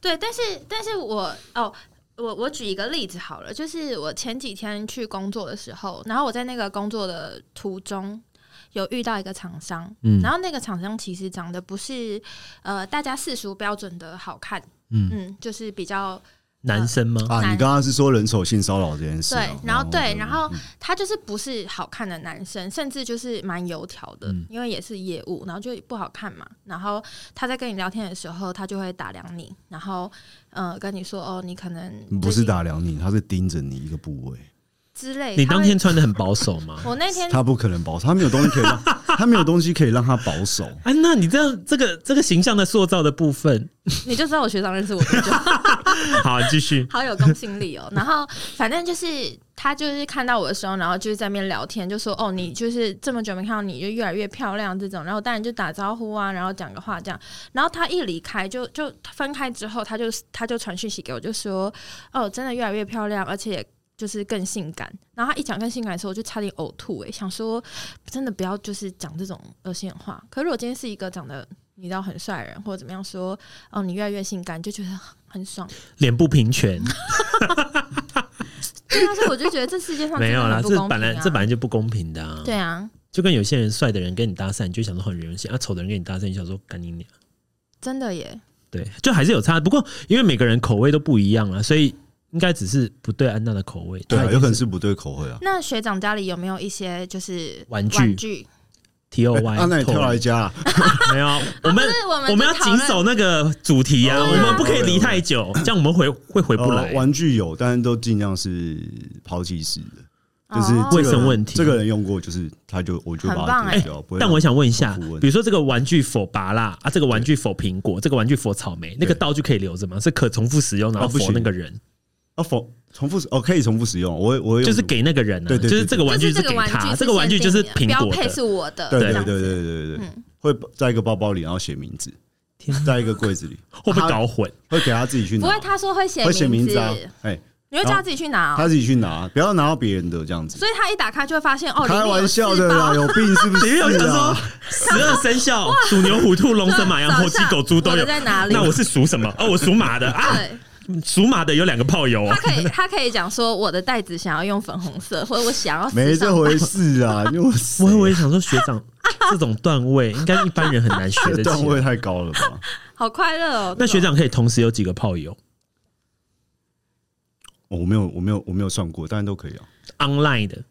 S2: 对，但是但是我哦。我我举一个例子好了，就是我前几天去工作的时候，然后我在那个工作的途中有遇到一个厂商，
S1: 嗯
S2: 然后那个厂商其实长得不是呃大家世俗标准的好看，
S1: 嗯，
S2: 嗯，就是比较
S1: 男生吗？
S3: 啊，
S2: 男
S3: 你刚刚是说人手性骚扰这件事啊、
S2: 对，然后对，然后
S3: 嗯
S2: 他就是不是好看的男生，甚至就是蛮油条的，
S1: 嗯
S2: 因为也是业务，然后就不好看嘛。然后他在跟你聊天的时候，他就会打量你，然后呃跟你说哦，你可能
S3: 不是
S2: 最近
S3: 打量你，他是盯着你一个部位，
S2: 之类。
S1: 你
S2: 他
S1: 当
S2: 会
S1: 天穿的很保守吗？
S2: 我那天
S3: 他不可能保守，他没有东西可以让，
S2: <laughs>
S3: 他没有东西可以让他保守。
S1: 啊，那你这样这个这个形象的塑造的部分，
S2: 你就知道我学长认识我多久，
S1: 好，你继续。
S2: 好有公信力哦。 <laughs> 然后反正就是他就是看到我的时候，然后就是在那边聊天，就说哦，你就是这么久没看到你，就越来越漂亮这种。然后当然就打招呼啊，然后讲个话这样。然后他一离开，就 <laughs> 就分开之后，他就他就传讯息给我，就说哦，真的越来越漂亮，而且。就是更性感，然后他一讲更性感的时候，我就差点呕吐诶、想说真的不要就是讲这种恶心的话。可是我今天是一个长得你知道很帅的人或者怎么样说，哦你越来越性感，就觉得很很爽。
S1: 脸部平权
S2: 对啊，所以我就觉得这世界上
S1: 没有啦，
S2: 真
S1: 这
S2: 的很不
S1: 本来
S2: 公平啊
S1: 这本来就不公平的啊。
S2: 对啊，
S1: 就跟有些人帅的人跟你搭讪，你就想说很荣幸；啊，丑的人跟你搭讪，你想说干你娘。
S2: 真的耶。
S1: 对，就还是有差。不过因为每个人口味都不一样啊，所以应该只是不对安娜的口味。
S3: 对
S1: 她
S3: 啊，
S1: 已
S3: 有
S1: 经
S3: 可能是不对口味啊。
S2: 那学长家里有没有一些就是
S1: 玩具
S2: 玩具？
S1: T O
S3: 啊，
S1: Y，
S3: 那你跳哪一家啊？
S1: 没
S2: <laughs>
S1: 有啊，我们
S2: 不是我们
S1: 我们要
S2: 就讨
S1: 紧
S2: 论哦
S1: 守那个主题啊，
S3: 哦
S1: 我们不可以离太久，这样我们回会回不来
S3: 呃。玩具有，但是都尽量是抛弃式的，就是
S2: 哦
S3: 这个
S1: 卫生问题
S3: 这个人用过，就是他就我就把它
S2: 很棒哎
S3: 丢掉。不会
S1: 但
S3: 让
S1: 我想问一下
S3: 重复，问
S1: 比如说这个玩具否拔蜡啊，这个玩具否苹果，这个玩具否草莓，那个道具可以留着吗？是可重复使用，然后
S3: 哦不
S1: 否
S3: 行
S1: 那个人，
S3: 啊否重复使哦可以重复使用，我会我会用
S1: 就是给那个人啊，
S3: 对对对
S1: 就是这个玩具
S2: 哦就是
S1: 给
S2: 这个玩具
S1: 他，
S2: 是
S1: 这个玩具就是
S2: 限定
S1: 苹
S2: 的标
S1: 果
S2: 配
S1: 的。
S2: 是我的，
S3: 对
S2: 这
S3: 对对
S2: 样
S3: 对
S2: 子
S3: 对对对对，
S2: 嗯
S3: 会在一个包包里，然后写名字，在一个柜子里，
S1: <laughs> 会不会
S3: 他
S1: 搞混？
S3: 会给他自己去拿，
S2: 不会，他说会写
S3: 会写名字啊，哎，
S2: 你会叫他自己去拿哦，
S3: 他自己去拿，不要拿到别人的这样子。
S2: 所以他一打开就会发现哦，
S3: 开玩笑的
S2: <laughs>
S3: 啦，
S2: 里面有四包
S3: 有病是不
S1: 里面有
S3: 是
S1: 想说
S3: 啊？
S1: 十二生肖，鼠牛虎兔龙蛇马羊猴鸡狗猪都
S2: 我
S1: 有
S2: 的。在哪里？
S1: 那我是属什么？哦，我属马的啊，
S2: 对，
S1: 属马的有两个炮友
S2: 他
S1: 啊。
S2: 可以他可以讲说我的袋子想要用粉红色，或者我想要
S3: 没
S2: 时尚
S3: 这回事啊！因为
S1: 我
S3: 谁
S1: 我也想说，学
S2: <laughs>
S1: 长这种段位应该一般人很难学
S3: <laughs> 这
S1: 得
S3: 个
S1: 起来
S3: 段。位太高了吧？ <laughs>
S2: 好快乐哦。
S1: 那
S2: 这
S1: 学
S2: 种
S1: 长可以同时有几个炮友
S3: 哦我没有，我没有，我没有算过，但是都可以啊，
S1: ？Online 的，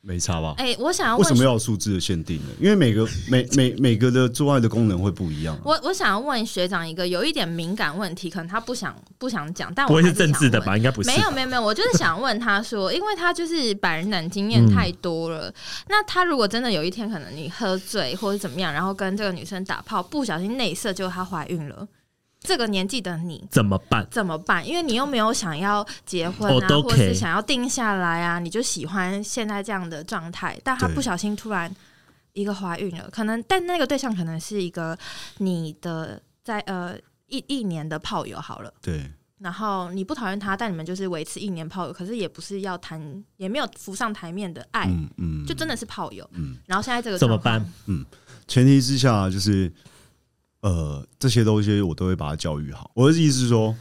S3: 没差吧？
S2: 哎、我想要
S3: 为
S2: 问
S3: 什么要有数字的限定呢？因为每个每每每个的做爱的功能会不一样、啊。
S2: 我我想要问学长一个有一点敏感问题，可能他不想不想讲，但我
S1: 不会
S2: 还
S1: 是政治的
S2: 想问
S1: 吧？？应该不是吧。
S2: 没有没有没有，我就是想问他说，因为他就是百人斩经
S1: 嗯
S2: 验太多了，那他如果真的有一天可能你喝醉或者怎么样，然后跟这个女生打炮，不小心内射，就她怀孕了，这个年纪的你。
S1: 怎么办？
S2: 怎么办？因为你又没有想要结婚啊
S1: 哦都
S2: 或
S1: 可以
S2: 者是想要定下来啊，你就喜欢现在这样的状态。但她
S3: 对
S2: 不小心突然一个怀孕了，可能但那个对象可能是一个你的在呃一一年的炮友好了。
S3: 对，
S2: 然后你不讨厌他，但你们就是维持一年炮友，可是也不是要谈，也没有浮上台面的爱，
S3: 嗯嗯，
S2: 就真的是炮友。
S3: 嗯
S2: 然后现在这个
S1: 怎么
S2: 状况
S1: 办？
S3: 前提之下就是，呃，这些东西我都会把它教育好。我的意思是说，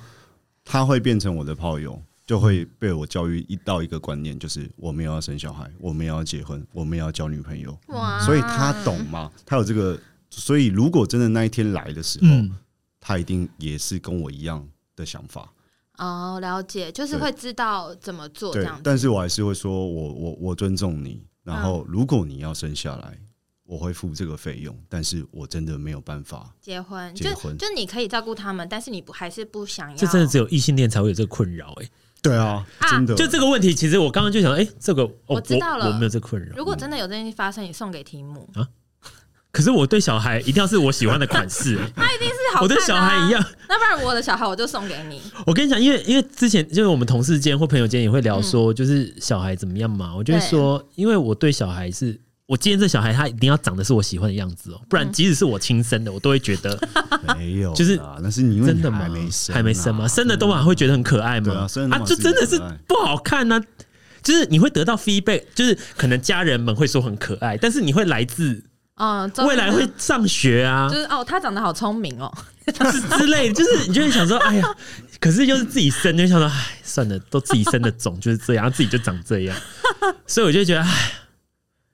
S3: 他会变成我的炮友，就会被我教育一到一个观念，就是我们也要生小孩，我们也要结婚，我们也要交女朋友，
S2: 哇
S3: 所以他懂吗？他有这个，所以如果真的那一天来的时候，
S1: 嗯，
S3: 他一定也是跟我一样的想法。
S2: 哦，了解，就是
S3: 对
S2: 会知道怎么做这
S3: 对
S2: 样，子。
S3: 但是我还是会说我我我尊重你，然后如果你要生下来，我会付这个费用，但是我真的没有办法。
S2: 结婚，
S3: 结
S2: 就
S3: 婚
S2: 就你可以照顾他们，但是你不还是不想要。
S1: 这真的只有异性恋才会有这个困扰哎。
S3: 对啊，
S2: 啊
S3: 真的
S1: 就这个问题，其实我刚刚就想，哎，这个哦
S2: 我知道了
S1: 我没有这个困扰。
S2: 如果真的有这件事发生，你送给题目，
S1: 可是我对小孩一定要是我喜欢的款
S2: <laughs>
S1: 式，哎
S2: 是好
S1: 我对
S2: 看
S1: 小
S2: 啊
S1: 孩一样。
S2: 那不然我的小孩我就送给你。
S1: 我跟你讲，因为因为之前就是我们同事间或朋友间也会聊
S2: 嗯
S1: 说，就是小孩怎么样嘛，我就会说，因为我对小孩是。我今天这小孩他一定要长得是我喜欢的样子哦，不
S2: 嗯
S1: 然即使是我亲生的，我都会觉
S3: <laughs>
S1: 得
S3: 没有啦，
S1: <laughs> 就是
S3: 那是你因为
S1: 真
S3: 你
S1: 的吗？
S3: 还没生啊，嗯
S1: 还没生吗？生了都还会觉得很可爱
S3: 对
S1: 吗
S3: 啊生？了
S1: 啊，
S3: 嘛
S1: 就是真的是
S3: 可爱
S1: 不好看呢、就是你会得到 feedback，就是可能家人们会说很可爱，但是你会来自
S2: 嗯，周
S1: 未来会嗯上学啊
S2: 就是哦，他长得好聪明哦，
S1: 之 <laughs> 之类的，就是你就会想说，哎呀，可是就是自己生，就想说，哎，算了，都自己生的种就是这样，自己就长这
S2: <laughs>
S1: 样，所以我就觉得，哎，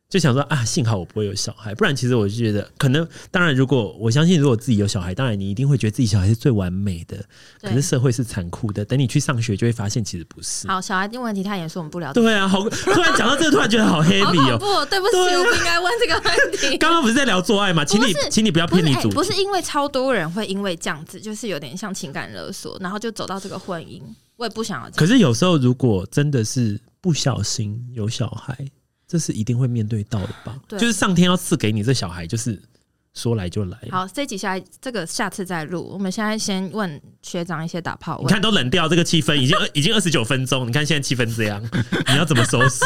S1: 就想说啊，幸好我不会有小孩，不然其实我就觉得，可能当然，如果我相信，如果自己有小孩，当然你一定会觉得自己小孩是最完美的，可
S2: 对
S1: 是社会是残酷的，等你去上学就会发现其实不
S2: <laughs>
S1: 是。
S2: 好，小孩的问题他也是我们不了解，
S1: 对啊，好，突然讲到这个，突然觉得好
S2: 好
S1: heavy
S2: 恐
S1: 哦。
S2: 怖哦，对不起，
S1: 对啊
S2: 我不应该问这个问题。
S1: <laughs> 刚刚不是在聊做爱吗？请你
S2: 不是，
S1: 请你不要
S2: 不
S1: 偏
S2: 是、
S1: 离
S2: 哎
S1: 主题。
S2: 不是因为超多人会因为这样子，就是有点像情感勒索，然后就走到这个婚姻。我也不想要这样。
S1: 可是有时候，如果真的是不小心有小孩，这是一定会面对到的吧？
S2: 对
S1: 就是上天要赐给你这小孩，就是说来就来。
S2: 好，这集下这个下次再录。我们现在先问学长一些打炮
S1: 你
S2: 问。
S1: 看都冷掉这个气氛，
S2: <laughs>
S1: 已经已经二十九分钟，你看现在气氛这样，你要怎么收拾？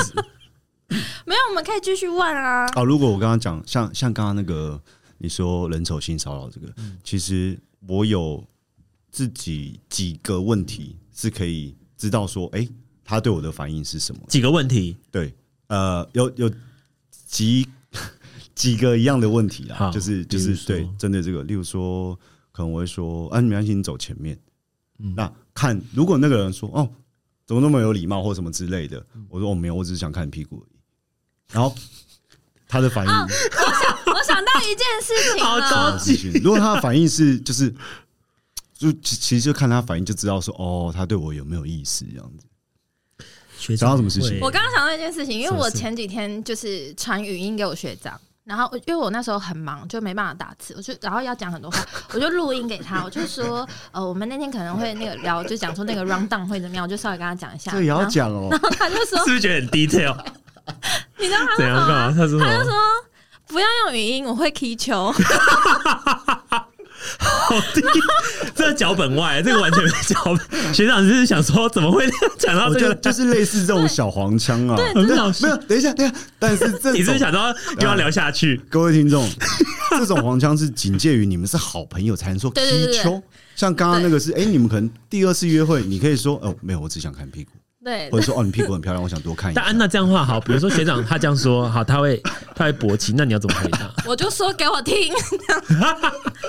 S2: 没有，我们可以继续问啊。
S3: 啊。如果我刚刚讲，像像刚刚那个你说人丑性骚扰这个，其实我有自己几个问题是可以知道说，哎、他对我的反应是什么？
S1: 几个问题，
S3: 对，呃，有有几几个一样的问题
S1: 好
S3: 啊，就是就
S1: 比
S3: 是
S1: 如说
S3: 对，针对这个，例如说，可能我会说，啊，你没关系，你走前面。
S1: 嗯
S3: 那看，如果那个人说，哦，怎么那么有礼貌或什么之类的，我说我、哦、没有，我只是想看你屁股而已。然后他的反应，
S2: 啊 <laughs> 我想到一件事情啊
S1: 好
S2: 了
S1: 着，
S3: 事情如果他的反应是就是，就其其实就看他反应就知道说，哦，他对我有没有意思这样子。
S1: 学
S3: 想
S1: 长
S3: 到什么事情
S1: 会
S2: 我刚刚想到一件事情，因为
S1: 什么
S2: 我
S1: 事
S2: 前几天就是传语音给我学长，然后因为我那时候很忙，就没办法打字，我就然后要讲很多话，我就录音给他，我就说 <laughs> 呃，我们那天可能会那个聊，就讲说那个 round down 会怎么样，我就稍微跟他讲一下。
S3: 这也要
S2: 啊然后
S3: 讲哦。
S2: 他就说
S1: 是，不是觉得很 detail？
S2: <laughs> 你知道他
S1: 怎
S2: 说
S1: 样
S2: 什么
S1: 干嘛？
S2: 吗？
S1: 他说什
S2: 啊他就
S1: 么
S2: 说不要用语音，我会
S1: <laughs>
S2: 踢球。
S1: 好低？哦这个脚本外，这个完全没脚本。学长只是想说，怎么会讲到
S3: 我
S1: 啊这
S3: 就
S1: 个？
S3: 就是类似这种小黄腔啊，
S1: 很
S3: 但
S1: 老实
S3: 没有，等一下，等一下，但是这
S1: 你是不是
S3: 种
S1: 想到又要聊下去？
S3: 各位听众， <laughs> 这种黄腔是仅介于你们是好朋友才能说
S2: 对对
S3: 踢
S2: 对对
S3: 球，像刚刚那个是，哎，你们可能第二次约会，你可以说哦，没有，我只想看屁股，
S2: 对，
S3: 或者说哦，你屁股很漂亮，我想多看一
S1: 但
S3: 下
S1: 安。娜这样的话好，比如说学长他这样说好，他会他会勃起，那你要怎么回答？
S2: 我就说给我听， <laughs> 这样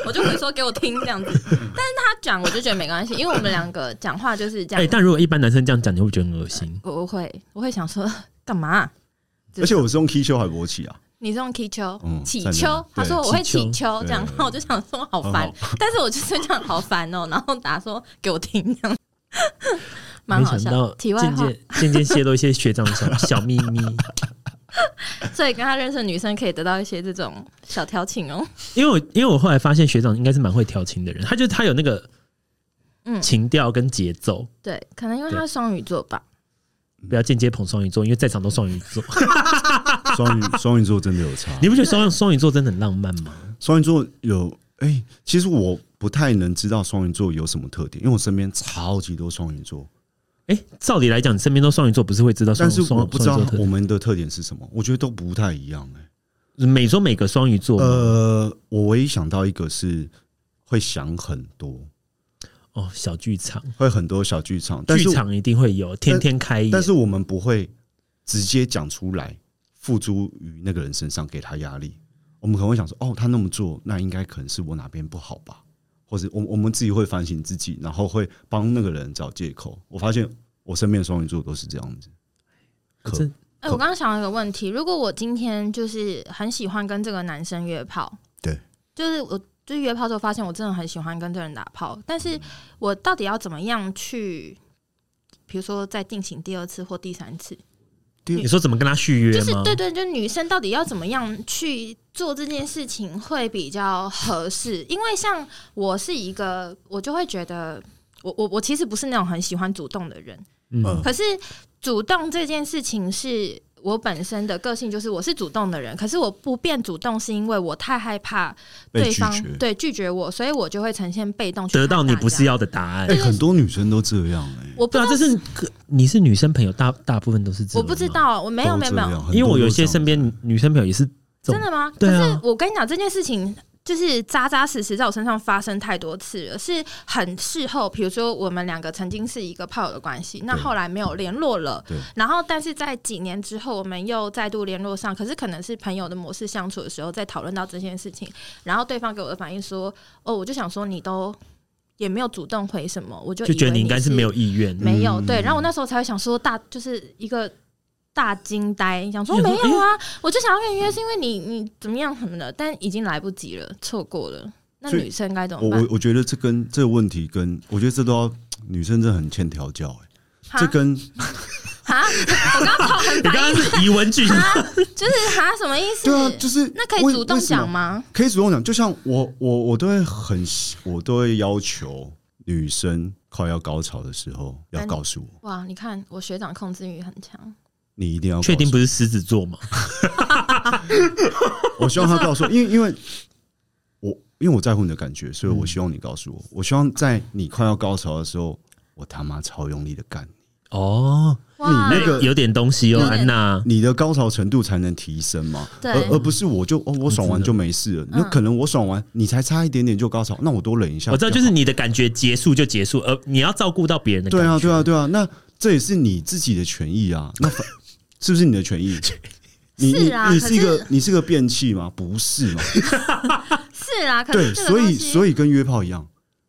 S2: 我就会说给我听这样子。但是他讲我就觉得没关系，因为我们两个讲话就是这
S1: 哎、
S2: 样。
S1: 但如果一般男生这样讲，你会不会觉得很恶心？
S2: 我我会我会想说 <laughs> 干嘛、
S3: <laughs> 而且我是用踢球还勃起啊，
S2: 你是用踢球
S3: 嗯、
S2: 起
S3: 赞
S2: 球
S3: 成，
S2: 他说我会
S1: 起
S2: 起
S1: 球
S2: 球这样，
S3: 对
S2: 然后我就想说好
S3: 很
S2: 烦
S1: 哦
S3: 好，
S1: <laughs>
S2: 但是我就是这样好烦哦，然后打说给我听
S1: <laughs>
S2: 这样，蛮
S1: 没
S2: 好
S1: 想到
S2: 笑。题外
S1: 渐
S2: 话，
S1: 渐渐渐泄露一些学长的小小秘密，
S2: 所以跟他认识的女生可以得到一些这种小调情哦。
S1: 因为我因为我后来发现学长应该是蛮会调情的人，他就他有那个
S2: 嗯
S1: 情调跟节奏，
S2: 对，可能因为
S1: 对
S2: 他是双鱼座吧。
S1: 不要间接捧双鱼座，因为在场都双鱼座， <laughs>
S3: 双鱼双鱼座真的有差
S1: 你。不觉得双双鱼座真的很浪漫吗？
S3: 双鱼座有哎、其实我不太能知道双鱼座有什么特点，因为我身边超级多双鱼座，
S1: 哎、照理来讲，你身边都双鱼座，不是会知道双
S3: 但是
S1: 双
S3: 我不知
S1: 双
S3: 道
S1: 鱼座
S3: 我
S1: 的
S3: 们的特点是什么，我觉得都不太一样、哎。
S1: 每说每个双鱼座吗，
S3: 呃，我唯一想到一个是会想很多，
S1: 哦，小剧场，
S3: 会很多小剧场，但
S1: 剧
S3: 是
S1: 场一定会有，天天开业。
S3: 但是我们不会直接讲出来，付诸于那个人身上，给他压力。我们可能会想说，哦，他那么做，那应该可能是我哪边不好吧，或者我我们自己会反省自己，然后会帮那个人找借口。我发现我身边的双鱼座都是这样子，可
S1: 啊真
S2: 哎、我刚刚想到一个问题，如果我今天就是很喜欢跟这个男生约炮，
S3: 对，
S2: 就是我就是约炮之后发现我真的很喜欢跟这个人打炮，但是我到底要怎么样去，比如说再进行第二次或第三次，
S1: 你说怎么跟他续约
S2: 就
S1: 吗？
S2: 是对对，就女生到底要怎么样去做这件事情会比较合适？因为像我是一个，我就会觉得我我我其实不是那种很喜欢主动的人，
S1: 嗯，
S2: 可是主动这件事情是我本身的个性，就是我是主动的人，可是我不变主动是因为我太害怕
S3: 被
S2: 对
S3: 拒
S2: 方
S3: 绝。
S2: 对拒绝我，所以我就会呈现被动去
S1: 得到
S2: 看大
S1: 你不是
S2: 家。
S1: 要的答案
S3: 哎、。很多女生都这样哎、
S2: 我不
S1: 对啊，这是可你是女生朋友，大大部分都是这
S2: 我
S1: 样。
S2: 不知，道，我没有
S3: 都
S2: 没有
S3: 这
S2: 没
S3: 样
S2: 有，
S3: 很
S1: 因为
S3: 多
S1: 我有
S3: 都
S1: 一些
S3: 这样
S1: 身边女生朋友也是这种
S2: 真的吗？
S1: 对
S2: 可
S1: 啊
S2: 是我跟你讲这件事情。就是扎扎实实在我身上发生太多次了，是很事后，比如说我们两个曾经是一个炮友的关系，那
S3: 对
S2: 后来没有联络了，
S3: 对
S2: 然后，但是在几年之后，我们又再度联络上，可是可能是朋友的模式相处的时候，在讨论到这件事情，然后对方给我的反应说：“哦，我就想说你都也没有主动回什么，我就
S1: 就觉
S2: 以
S1: 得
S2: 为
S1: 你应该
S2: 是
S1: 是没有意愿。
S2: 没有
S3: 嗯
S2: 对。”然后我那时候才会想说大就是一个大惊呆，想说
S1: 你
S2: 没
S1: 想说
S2: 有啊，我就想要跟你约，是因为你你怎么样什么的，但已经来不及了，错过了。那
S3: 所以
S2: 女生该怎
S3: 我
S2: 么办
S3: 我？我觉得这跟这个问题跟我觉得这都要女生真的很欠调教哎、
S2: 哈
S3: 这跟
S2: 哈，我刚刚头很
S1: 你刚
S2: 白，
S1: 刚是疑问句，
S2: 啊就是哈什么意思？
S3: 对啊，就是
S2: 那可以
S3: 为
S2: 主动
S3: 为什么
S2: 讲吗？
S3: 可以主动讲，就像我我我都会很我都会要求女生快要高潮的时候
S2: 哎
S3: 要告诉我，
S2: 哇，你看我学长控制欲很强，
S3: 你一定要告诉
S1: 确
S3: 我
S1: 定不？是狮子座吗？
S3: 我希望她
S2: <laughs>
S3: 告诉我，因为因为我因为我在乎你的感觉，
S2: 嗯
S3: 所以我希望你告诉我，我希望在你快要高潮的时候，我他妈超用力的干你，
S1: 哦，
S2: 哇，
S3: 那个
S1: 有点东西哦，
S2: 有点
S1: 安娜。
S3: 你的高潮程度才能提升嘛，
S2: 对嗯
S3: 而而不是我就哦我爽
S1: 嗯
S3: 完就没事了，那可能我爽完你才差一点点就高潮，那我多忍一下，
S1: 我知道，就是你的感觉结束就结束，而你要照顾到别人的感
S3: 对
S1: 觉。
S3: 啊，对啊，对啊，那这也是你自己的权益啊，那
S1: <laughs>
S3: 反是不是你的权益？你
S2: <laughs>
S3: 你
S2: 是啊
S3: 你
S2: 可
S3: 是一个
S2: 是
S3: 你是个变器吗？不是嘛？
S2: 是啦，可
S3: 对，
S2: 是这个
S3: 所以所
S2: 以
S3: 以跟约炮一样，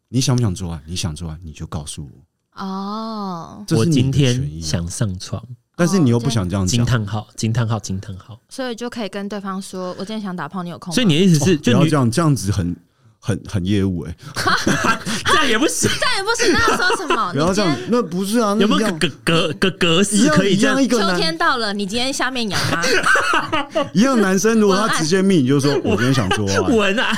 S3: 你想不想做爱？你想做爱，你就告诉我，
S2: 哦，
S3: 这
S1: 我
S3: 是你
S1: 今
S3: 的权
S1: 天
S3: 益啊。
S1: 想上床，
S3: 但是你又
S2: 哦
S3: 不想这样
S1: 惊
S3: 讲，
S1: 叹号，惊叹号，惊叹号。
S2: 所以就可以跟对方说，我今天想打炮，你有空吗？
S1: 所以你的意思是，
S3: 不
S1: 就
S3: 要
S1: 女
S3: 这样，这样子很很很业务哎、
S1: <laughs>
S2: 哦
S1: 这样也不
S3: <laughs>
S1: 行。
S2: 但也不行，那要说什么？
S3: 不要
S2: 你
S3: 这
S2: 今
S3: 样
S2: 天，
S3: 那不是啊，那
S1: 有没
S3: 一
S1: 有
S3: 样
S1: 格格格格
S3: 一
S1: 式
S3: 样
S1: 可以
S3: 一
S1: 这样
S3: 样？一个
S2: 秋
S3: 男
S2: 天到了，你今天下面痒吗？
S3: 一样男生，如果
S2: 文
S3: 他
S2: 案
S3: 直接命你就说，我今天想做爱，
S1: 文啊，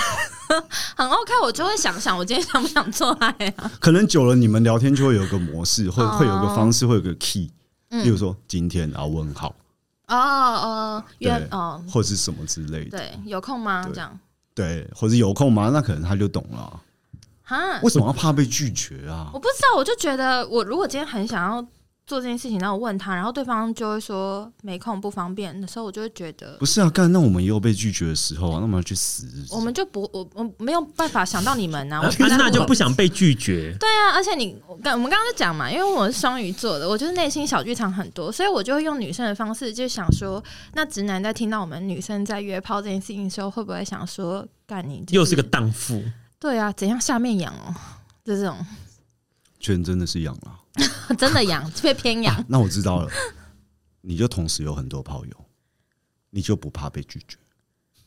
S2: 很 OK，我就会想想我今天想不想做爱啊？
S3: 可能久了你们聊天就会有一个模式，会会有一个方式，会有一个 key，例如说今天啊问好，
S2: 哦哦，
S3: 对
S2: 约哦，，
S3: 或是什么之类的，
S2: 对，有空吗？
S3: 对
S2: 这样
S3: 对，或是有空吗？那可能他就懂了啊。
S2: 哈，
S3: 为什么要怕被拒绝啊
S2: 我？不知道，我就觉得我如果今天很想要做这件事情，然后我问他，然后对方就会说没空不方便的时候，我就会觉得
S3: 不是啊，干，那我们也有被拒绝的时候啊，那我们要去死。
S2: 我们就不我我没有办法想到你们呐、啊，我觉
S1: 呃安
S2: 得
S1: 娜就
S2: 我
S1: 不想被拒绝。
S2: 对啊，而且你我刚我们刚刚就讲嘛，因为我是双鱼座的，我就是内心小剧场很多，所以我就会用女生的方式，就想说，那直男在听到我们女生在约炮这件事情的时候，会不会想说，干你、
S1: 又是个荡妇，
S2: 对啊，怎样下面痒哦，就这种 <laughs>
S3: 圈真的是痒了。
S2: 真的 <laughs> 痒，被偏痒，
S3: 那我知道了，你就同时有很多炮友，你就不怕被拒绝。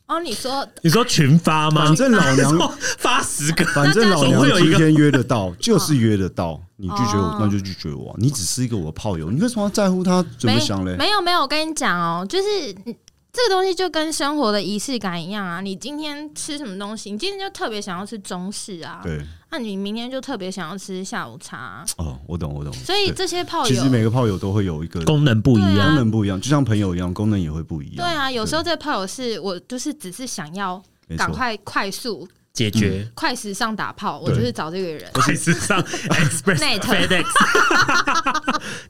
S2: 哦，你说
S1: 你说群发吗？
S3: 反正老娘
S1: 说发十个，
S3: 反正老娘
S1: 总会有一
S3: 今
S1: 个
S3: 天约
S2: <laughs>
S3: 得到，就是约得到。你拒绝
S2: 哦
S3: 我，那就拒绝我啊。你只是一个我的炮友，你为什么要在乎他怎么想嘞？
S2: 没有没有，我跟你讲哦，就是嗯这个东西就跟生活的仪式感一样啊。你今天吃什么东西？你今天就特别想要吃中式啊，
S3: 对，
S2: 那你明天就特别想要吃下午茶啊、
S3: 哦，我懂，我懂。
S2: 所以
S3: 对
S2: 这些炮
S3: 其
S2: 友
S3: 实。每个炮友都会有一个功
S1: 功能不一
S2: 对啊
S1: 样。
S3: 能不一样，就像朋友一样，功能也会不一
S2: 对
S3: 样。
S2: 啊，有时候这炮友是我就是只是想要
S3: 没
S2: 赶
S3: 错。
S2: 快快速
S1: 解
S3: 嗯
S1: 决
S2: 快时尚打炮，我
S3: 对
S2: 就是找这个人。
S1: 快时
S2: <laughs>
S1: 尚 Express
S2: Net
S1: FedEx，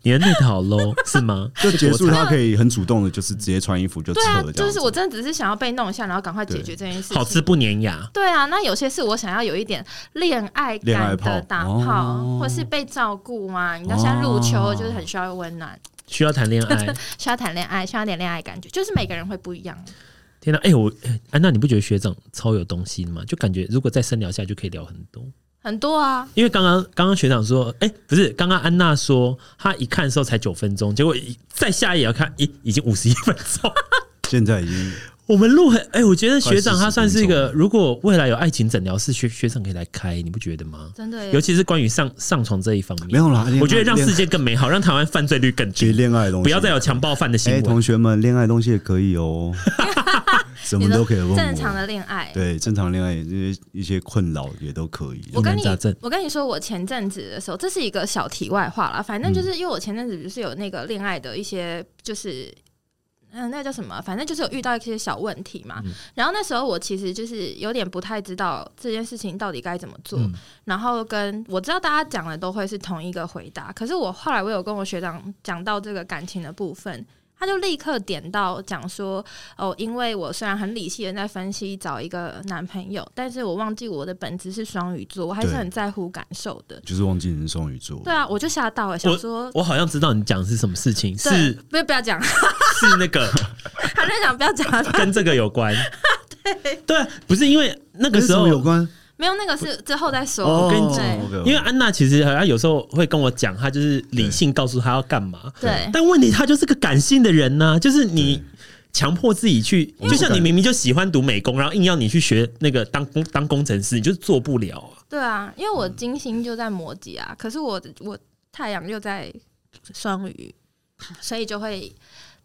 S1: 你
S2: <laughs>
S1: 的 net 好 low 是吗？
S3: 就结束，
S1: 我
S3: 他可以很主动的，就是直接穿衣服就撤
S2: 对啊
S3: 这样，子。
S2: 就是我真的只是想要被弄一下，然后赶快解
S3: 对
S2: 决这件事情。
S1: 好吃不粘牙，
S2: 对啊，那有些是我想要有一点恋爱
S3: 恋
S2: 感
S3: 爱
S2: 的
S3: 炮
S2: 打炮，
S3: 哦
S2: 或是被照顾嘛。你知道现在入秋就是很需要温暖，
S1: 需要谈恋
S2: <laughs>
S1: 爱。
S2: 需要谈恋爱，需要点恋爱感觉，就是每个人会不一样。
S1: 天哪，哎、我哎安娜，你不觉得学长超有东西的吗？就感觉如果再深聊下去，可以聊很多。
S2: 很多啊，
S1: 因为刚刚刚刚学长说，哎、不是，刚刚安娜说她一看的时候才九分钟，结果一再下一页看，咦，已经五十一分钟。
S3: 现在已经
S1: 我们录很，哎、我觉得学长
S3: 快40
S1: 他算是一
S3: 分
S1: 个，
S3: 钟
S1: 如果未来有爱情诊疗室，学学长可以来开，你不觉得吗？
S2: 真的耶。
S1: 尤其是关于上上床这一方
S3: 没
S1: 面，
S3: 有啦。恋爱
S1: 我觉得让
S3: 恋
S1: 世界更美好，让台湾犯罪率更
S3: 其实
S1: 低，
S3: 恋爱的东西，
S1: 不要再有强暴犯的
S3: 哎、
S1: 新闻。
S3: 同学们，恋爱东西也可
S2: <laughs>
S3: 以哦，什
S2: 你
S3: 么
S2: 的
S3: 都可以问我。
S2: 正常的恋爱，
S3: 对正常恋爱一些一些困扰也都可以。
S2: 我跟
S1: 疑
S2: 你
S1: 难杂症
S2: 我跟你说，我前阵子的时候，这是一个小题外话啦。反正就是因为我前阵子不是有那个恋爱的一些，就是嗯、那叫什么？反正就是有遇到一些小问题嘛。
S3: 嗯
S2: 然后那时候我其实就是有点不太知道这件事情到底该怎么做。
S1: 嗯
S2: 然后跟我知道大家讲的都会是同一个回答，可是我后来我有跟我学长讲到这个感情的部分，他就立刻点到讲说，哦，因为我虽然很理性的在分析找一个男朋友，但是我忘记我的本质是双鱼座，我还是
S3: 对
S2: 很在乎感受的。
S3: 就是忘记你是双鱼座，
S2: 对啊，我就吓到了，想说。
S1: 我好像知道你讲的是什么事情，是 <laughs>
S2: 对，不要不要讲， <laughs>
S1: 是那个
S2: 他在讲不要讲，
S1: 跟这个有
S3: <laughs>
S1: 关。对对，啊不是因为那个
S3: 跟
S1: 时
S3: 什么
S1: 候
S3: 有关？
S2: 没有那个是之后再说。
S1: 我跟你
S2: 对
S3: 哦，OK，OK
S1: 因为安娜其实她有时候会跟我讲，她就是理性告诉她要干嘛，
S2: 对
S1: 但问题她就是个感性的人呐、就是你
S3: 对
S1: 强迫自己去，
S3: 因
S1: 就
S3: 为
S1: 像你明明就喜欢读美工，然后硬要你去学那个当工当工程师，你就是做不了啊。
S2: 对啊，因为我金星就在摩羯啊，可是我我太阳又在双鱼，所以就会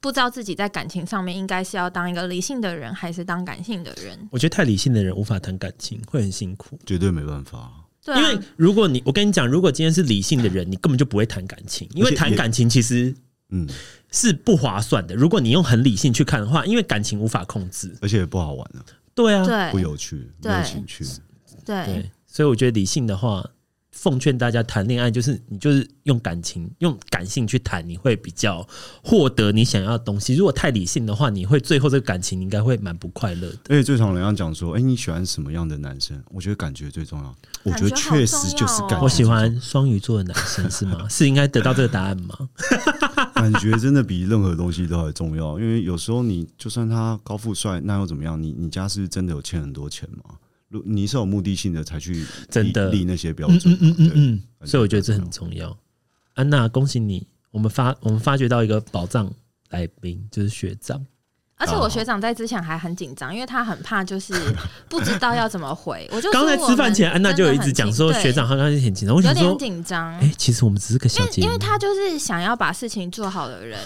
S2: 不知道自己在感情上面应该是要当一个理性的人，还是当感性的人。
S1: 我觉得太理性的人无法谈感情，会很辛苦。
S3: 绝对没办法。
S2: 对、
S1: 因
S2: 啊，嗯
S1: 为如果你，我跟你讲，如果今天是理性的人，你根本就不会谈感情，因
S3: 而
S1: 为
S3: 且
S1: 谈
S3: 也
S1: 感情其实
S3: 嗯，
S1: 是不划算的。如果你用很理性去看的话，因为感情无法控制。
S3: 而且也不好玩啊，
S1: 对啊，
S3: 不
S2: 对
S3: 有趣，没
S2: 对
S3: 有情趣。
S2: 对
S1: 对，所以我觉得理性的话，奉劝大家谈恋爱就是你就是用感情、用感性去谈，你会比较获得你想要的东西。如果太理性的话，你会最后这个感情你应该会蛮不快乐的。
S3: 而且最常人家讲说，哎、你喜欢什么样的男生？我觉得感觉最重要。我觉得确实就是
S2: 哦
S3: 感觉最重要，
S1: 我喜欢双鱼座的男生是
S2: <laughs>
S1: 吗？是应该得到这个答案吗？
S3: 感觉真的比任何东西都还重要，因为有时候你就算他高富帅，那又怎么样？你你家是真的有欠很多钱吗？如你是有目的性的才去
S1: 真的
S3: 立立那些标
S1: 嗯嗯
S3: 准嘛，
S1: 嗯嗯
S3: 对
S1: 嗯，所以我觉得这很重要。安娜，恭喜你，我们发我们发掘到一个宝藏来宾，就是学长。
S2: 而且我学长在之前还很紧张，因为他很怕就是
S1: <laughs>
S2: 不知道要怎么回。我就说
S1: 刚才
S2: 我
S1: 吃饭
S2: 们
S1: 前，安娜就有一直讲说
S2: 真的很
S1: 学
S2: 紧
S1: 长好像是很紧张，我
S2: 对
S1: 想
S2: 有点
S1: 说，
S2: 紧张，
S1: 哎，其实我们只是个小
S2: 因为
S1: 节
S2: 因为
S1: 目，
S2: 他就是想要把事情做好的人，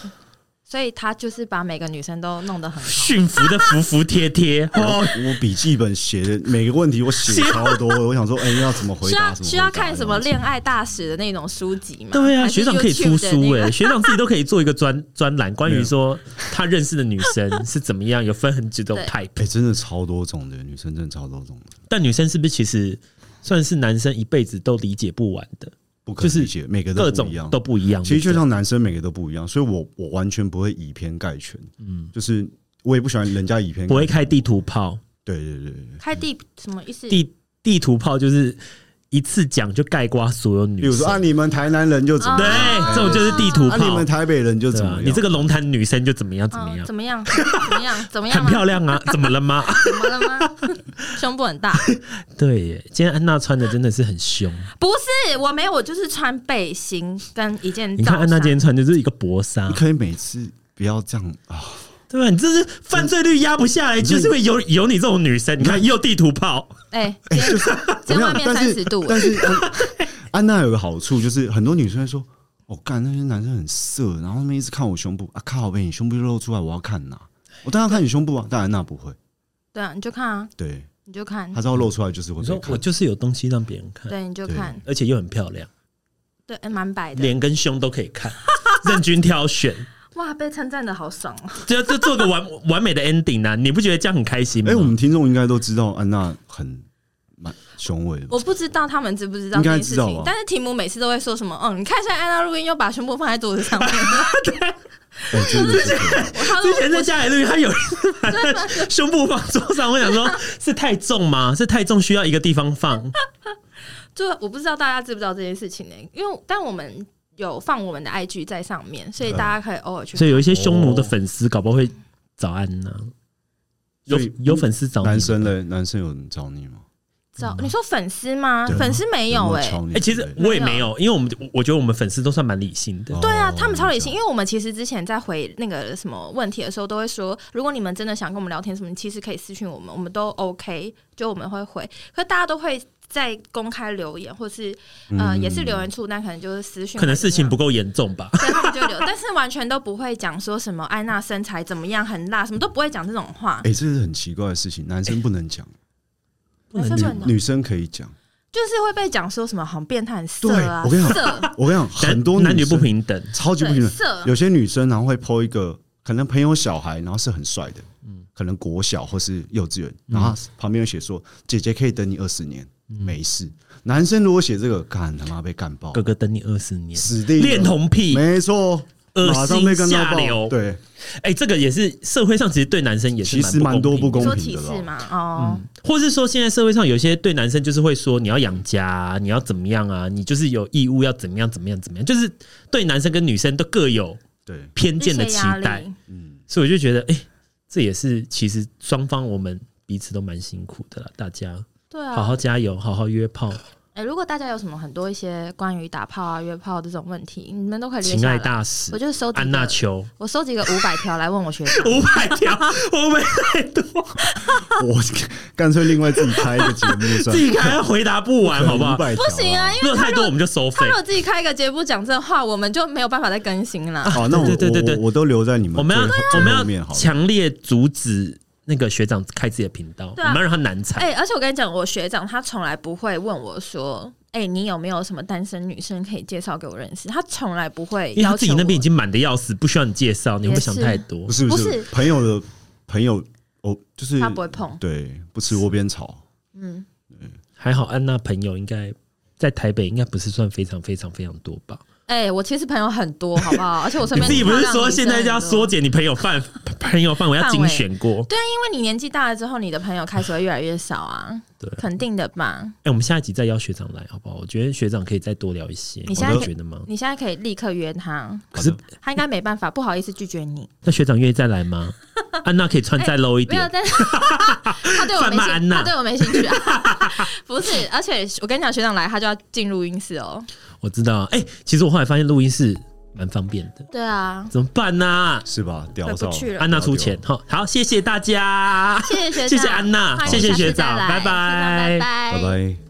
S2: 所以他就是把每个女生都弄得很好。
S1: 驯服的服服帖
S2: <laughs>
S1: 帖哦。
S3: 我笔记本写的每个问题我写超多，我想说，哎、要怎么回
S2: 需
S3: 答？
S2: 要
S3: 怎么回答
S2: 需要看什么
S3: 这样
S2: 恋爱大使的那种书籍吗？
S1: 对啊，
S2: 还是
S1: 学长可以出
S2: YouTube 的
S1: 书
S2: 那
S1: 哎、
S2: 个
S1: 学长自己都可以做一个
S2: <laughs>
S1: 专专栏，关
S3: 没
S1: 于
S3: 有
S1: 说他认识的女生是怎么样，有分很几种
S2: 对
S1: type。
S3: 子？哎、真的超多种的，女生真的超多种的，
S1: 但女生是不是其实算是男生一辈子都理解不完的，
S3: 不可
S1: 就是
S3: 理解，每个都
S1: 各
S3: 不
S1: 种
S3: 一样。
S1: 都不一样。
S3: 其实就
S1: 对不
S3: 像男生每个都不一样，所以我我完全不会以偏概全，嗯，就是我也不喜欢人家以偏概全，
S1: 对不会开地图炮，
S3: 对，对对对对。
S2: 开地什么意思？
S1: 地地图炮就是一次讲就盖瓜所有女
S3: 比如说啊，
S1: 生。
S3: 你们台南人就怎么
S1: 对
S3: 样，
S2: 啊，
S1: 这种就是地图
S3: 啊，你
S1: 炮
S3: 们。台北人就
S1: 对
S3: 怎么
S1: 啊
S3: 样，，
S1: 你这个龙潭女生就怎么样怎么
S2: 嗯
S1: 样，
S2: 怎么样？怎么样？怎么
S1: <laughs>
S2: 样
S1: 很
S2: 吗？
S1: 漂亮啊，怎么了
S2: <laughs>
S1: 吗？
S2: 怎么了吗？ <laughs> 胸部很大？
S1: 对耶，今天安娜穿的真的是很凶。
S2: 不是，我没有，我就是穿背心跟一件。
S1: 你看安娜今，天穿的就是一个薄纱
S3: 你，可以每次不要这样啊，
S1: 对吧？你这是犯罪率压不下来，就是因为有有你这种女生。你看，又地图炮，
S2: 哎，今天今天外面
S3: 我跟
S2: 三
S3: 你
S2: 十
S3: 讲
S2: 度，欸
S3: 但是但
S2: <laughs>
S3: 是安安娜有个好处就是，很多女生会说：“我、哦、干那些男生很色，然后他们一直看我胸部啊，靠呗，你胸部露出来，我要看哪？我当然看你胸部啊，但安娜不会，
S2: 对啊，你就看啊，
S3: 对，
S2: 你就看
S3: 她，知道露出来就是会
S1: 你
S3: 被
S1: 说我
S3: 看。
S1: 就是有东西让别人看，
S2: 对，你就
S3: 对
S2: 看，
S1: 而且又很漂亮，
S2: 对，哎蛮白的。
S1: 脸跟胸都可以看， <laughs> 任君挑选，
S2: 哇，被称赞的好爽哦！
S1: 就就做个完完美的 ending 啊！你不觉得这样很开心吗
S3: 哎、？我们听众应该都知道安娜很蛮雄伟的吧，
S2: 我不知道他们知不知道
S3: 应
S2: 这
S3: 该
S2: 件事
S3: 知道
S2: 情
S3: 吧，
S2: 但是提姆每次都会说什么，嗯，你看一下安娜录音又把胸部放在桌子上
S3: <laughs>
S2: 面， <laughs>
S3: 哎、真的是
S2: 他说
S1: 之前在家里录，他有人把那 <laughs> 胸部放桌上，我想说是太重吗？是太重需要一个地方放？
S2: 就我不知道大家知不知道这件事情呢、欸因为但我们有放我们的 IG 在上面，所以大家可以偶尔去
S1: 所以有一些匈奴的粉丝搞不好会早安呢、有
S3: 所以
S1: 有粉丝找你吗
S3: 男生嘞，男生有人找你吗？
S2: 找。你说粉丝吗？
S3: 对啊
S2: 粉丝没有哎、
S3: 敲你
S1: 哎、其实
S3: 之类的
S1: 我也没有，因为我们我觉得我们粉丝都算蛮理性的。
S2: 对啊
S3: 哦，
S2: 他们超理性，因为我们其实之前在回那个什么问题的时候，都会说，如果你们真的想跟我们聊天什么，你其实可以私信我们，我们都 OK，就我们会回。可大家都会在公开留言，或是呃、也是留言处，但可能就是私信，
S1: 可能事情不够严重
S3: <laughs>
S1: 吧。
S2: 对他们就留，但 <laughs> 是完全都不会讲说什么安娜身材怎么样很辣，什么都不会讲这种话。
S3: 哎、这是很奇怪的事情，男生不能讲，
S2: 哎
S1: 不能
S2: 男生
S1: 讲
S2: 不能
S3: 女生可以讲。
S2: 就是会被讲说什么很变态、很色啊，
S3: 对我跟你讲
S2: 色
S3: 我跟你讲，很多
S1: 男女
S3: 生
S1: 不平等，
S3: 超级不平
S2: 对
S3: 等。
S2: 色，
S3: 有些女生然后会 PO 一个，可能朋友小孩，然后是很帅的，可能国小或是幼稚园，
S1: 嗯
S3: 然后她旁边有写说姐姐可以等你二十年，没事。男生如果写这个，干他妈被干爆
S1: 哥，哥等你二十年，
S3: 死定了
S1: 恋，童癖，
S3: 没错，
S1: 恶
S3: 马上
S1: 心
S3: 被干
S1: 下
S3: 到
S1: 流
S3: 爆。。对，
S1: 哎、这个也是社会上其实对男生也是
S3: 其实蛮多
S1: 不
S3: 不
S1: 公
S3: 公
S2: 你说
S3: 平
S2: 歧
S3: 的
S2: 视
S3: 啦。
S2: 吗？哦，
S1: 或是说现在社会上有些对男生就是会说你要养家、啊，你要怎么样啊，你就是有义务要怎么样怎么样怎么样，就是对男生跟女生都各有
S3: 对，
S1: 偏
S2: 一
S1: 嗯见的
S2: 些
S1: 期
S2: 压
S1: 待，
S2: 力。
S3: 嗯，
S1: 所以我就觉得，哎、这也是其实双方我们彼此都蛮辛苦的啦，大家
S2: 对啊，
S1: 好好加油，好好约炮，
S2: 哎、如果大家有什么很多一些关于打炮啊、约炮这种问题，你们都可以列
S1: 情
S2: 下
S1: 爱
S2: 来。
S1: 大使
S2: 我，就收集
S1: 安娜
S2: 个，
S1: 球。。
S2: 我收集个五百条来问我学长
S1: 五百 <laughs> 条，我们
S3: 我 <laughs> 干脆另外自己开一个节目算
S1: <laughs> 自
S3: 了，
S1: 己看回答不完，好不好？
S3: 不
S2: 不行啊，因
S1: 如
S2: 为
S1: 果太多我们就收
S2: 他
S1: 费
S2: 如。果自己开一个节目讲这话，我们就没有办法再更新了。
S3: 好，那我
S1: 对对对对
S3: 我我我都留在你们
S1: 我们要
S3: 最后
S1: 我
S3: 最后
S1: 们
S3: 面好
S1: 要
S3: 了。
S1: 强烈阻止那个学长开自己的频道，我
S2: 对啊
S1: 们要让他难产。
S2: 哎、而且我跟你讲，我学长他从来不会问我说。哎、你有没有什么单身女生可以介绍给我认识？他从来不会
S1: 因为
S2: 要
S1: 他
S2: 求
S1: 自己那边已
S2: 我
S1: 经满的要死，不需要你介绍，你会不会想
S2: 也是
S1: 太多
S3: 不？是
S2: 不
S3: 不是
S2: 是
S3: 朋友的朋友，哦，就是
S2: 他不会碰
S3: 对，不吃窝边草。
S2: 嗯，
S1: 还好安娜朋友应该在台北，应该不是算非常非常非常多吧？
S2: 哎、我其实朋友很多，好不好？而且我身
S1: 你
S2: 边
S1: 自己不是说现在就要
S2: 要
S1: 缩减你朋友 <laughs> 范朋友范围，要精选过？
S2: 对，啊因为你年纪大了之后，你的朋友开始会越来越少啊，
S1: 对
S2: 肯定的吧？
S1: 哎、我们下一集再邀学长来，好不好？我觉得学长可以再多聊一些，
S2: 你现在
S1: 你
S2: 可以
S1: 觉得吗？
S2: 你现在可以立刻约他，
S1: 可是
S2: 他应该没办法，不好意思拒绝你。
S1: 那学长愿意再来吗？安娜可以穿再 low 一
S2: 哎没有
S1: 点，，
S2: 但是他对我
S1: 贩
S2: 没
S1: 卖安
S2: 兴，
S1: 娜
S2: 他对我没兴趣、啊。 <laughs> 不是，而且我跟你讲，学长来他就要进录音室哦。
S1: 我知道。哎、其实我后来发现录音室蛮方便的，
S2: 对啊，
S1: 怎么办呢、
S3: 是吧？屌照
S2: 回不去了
S1: 安娜出钱，，好好，谢谢大家，
S2: 谢谢学长，
S1: 谢谢安娜
S2: 欢迎
S1: 谢谢
S2: 下次
S1: 学
S2: 再
S1: 长
S2: 来
S1: 拜拜
S2: 学长拜
S3: 屌照拜拜。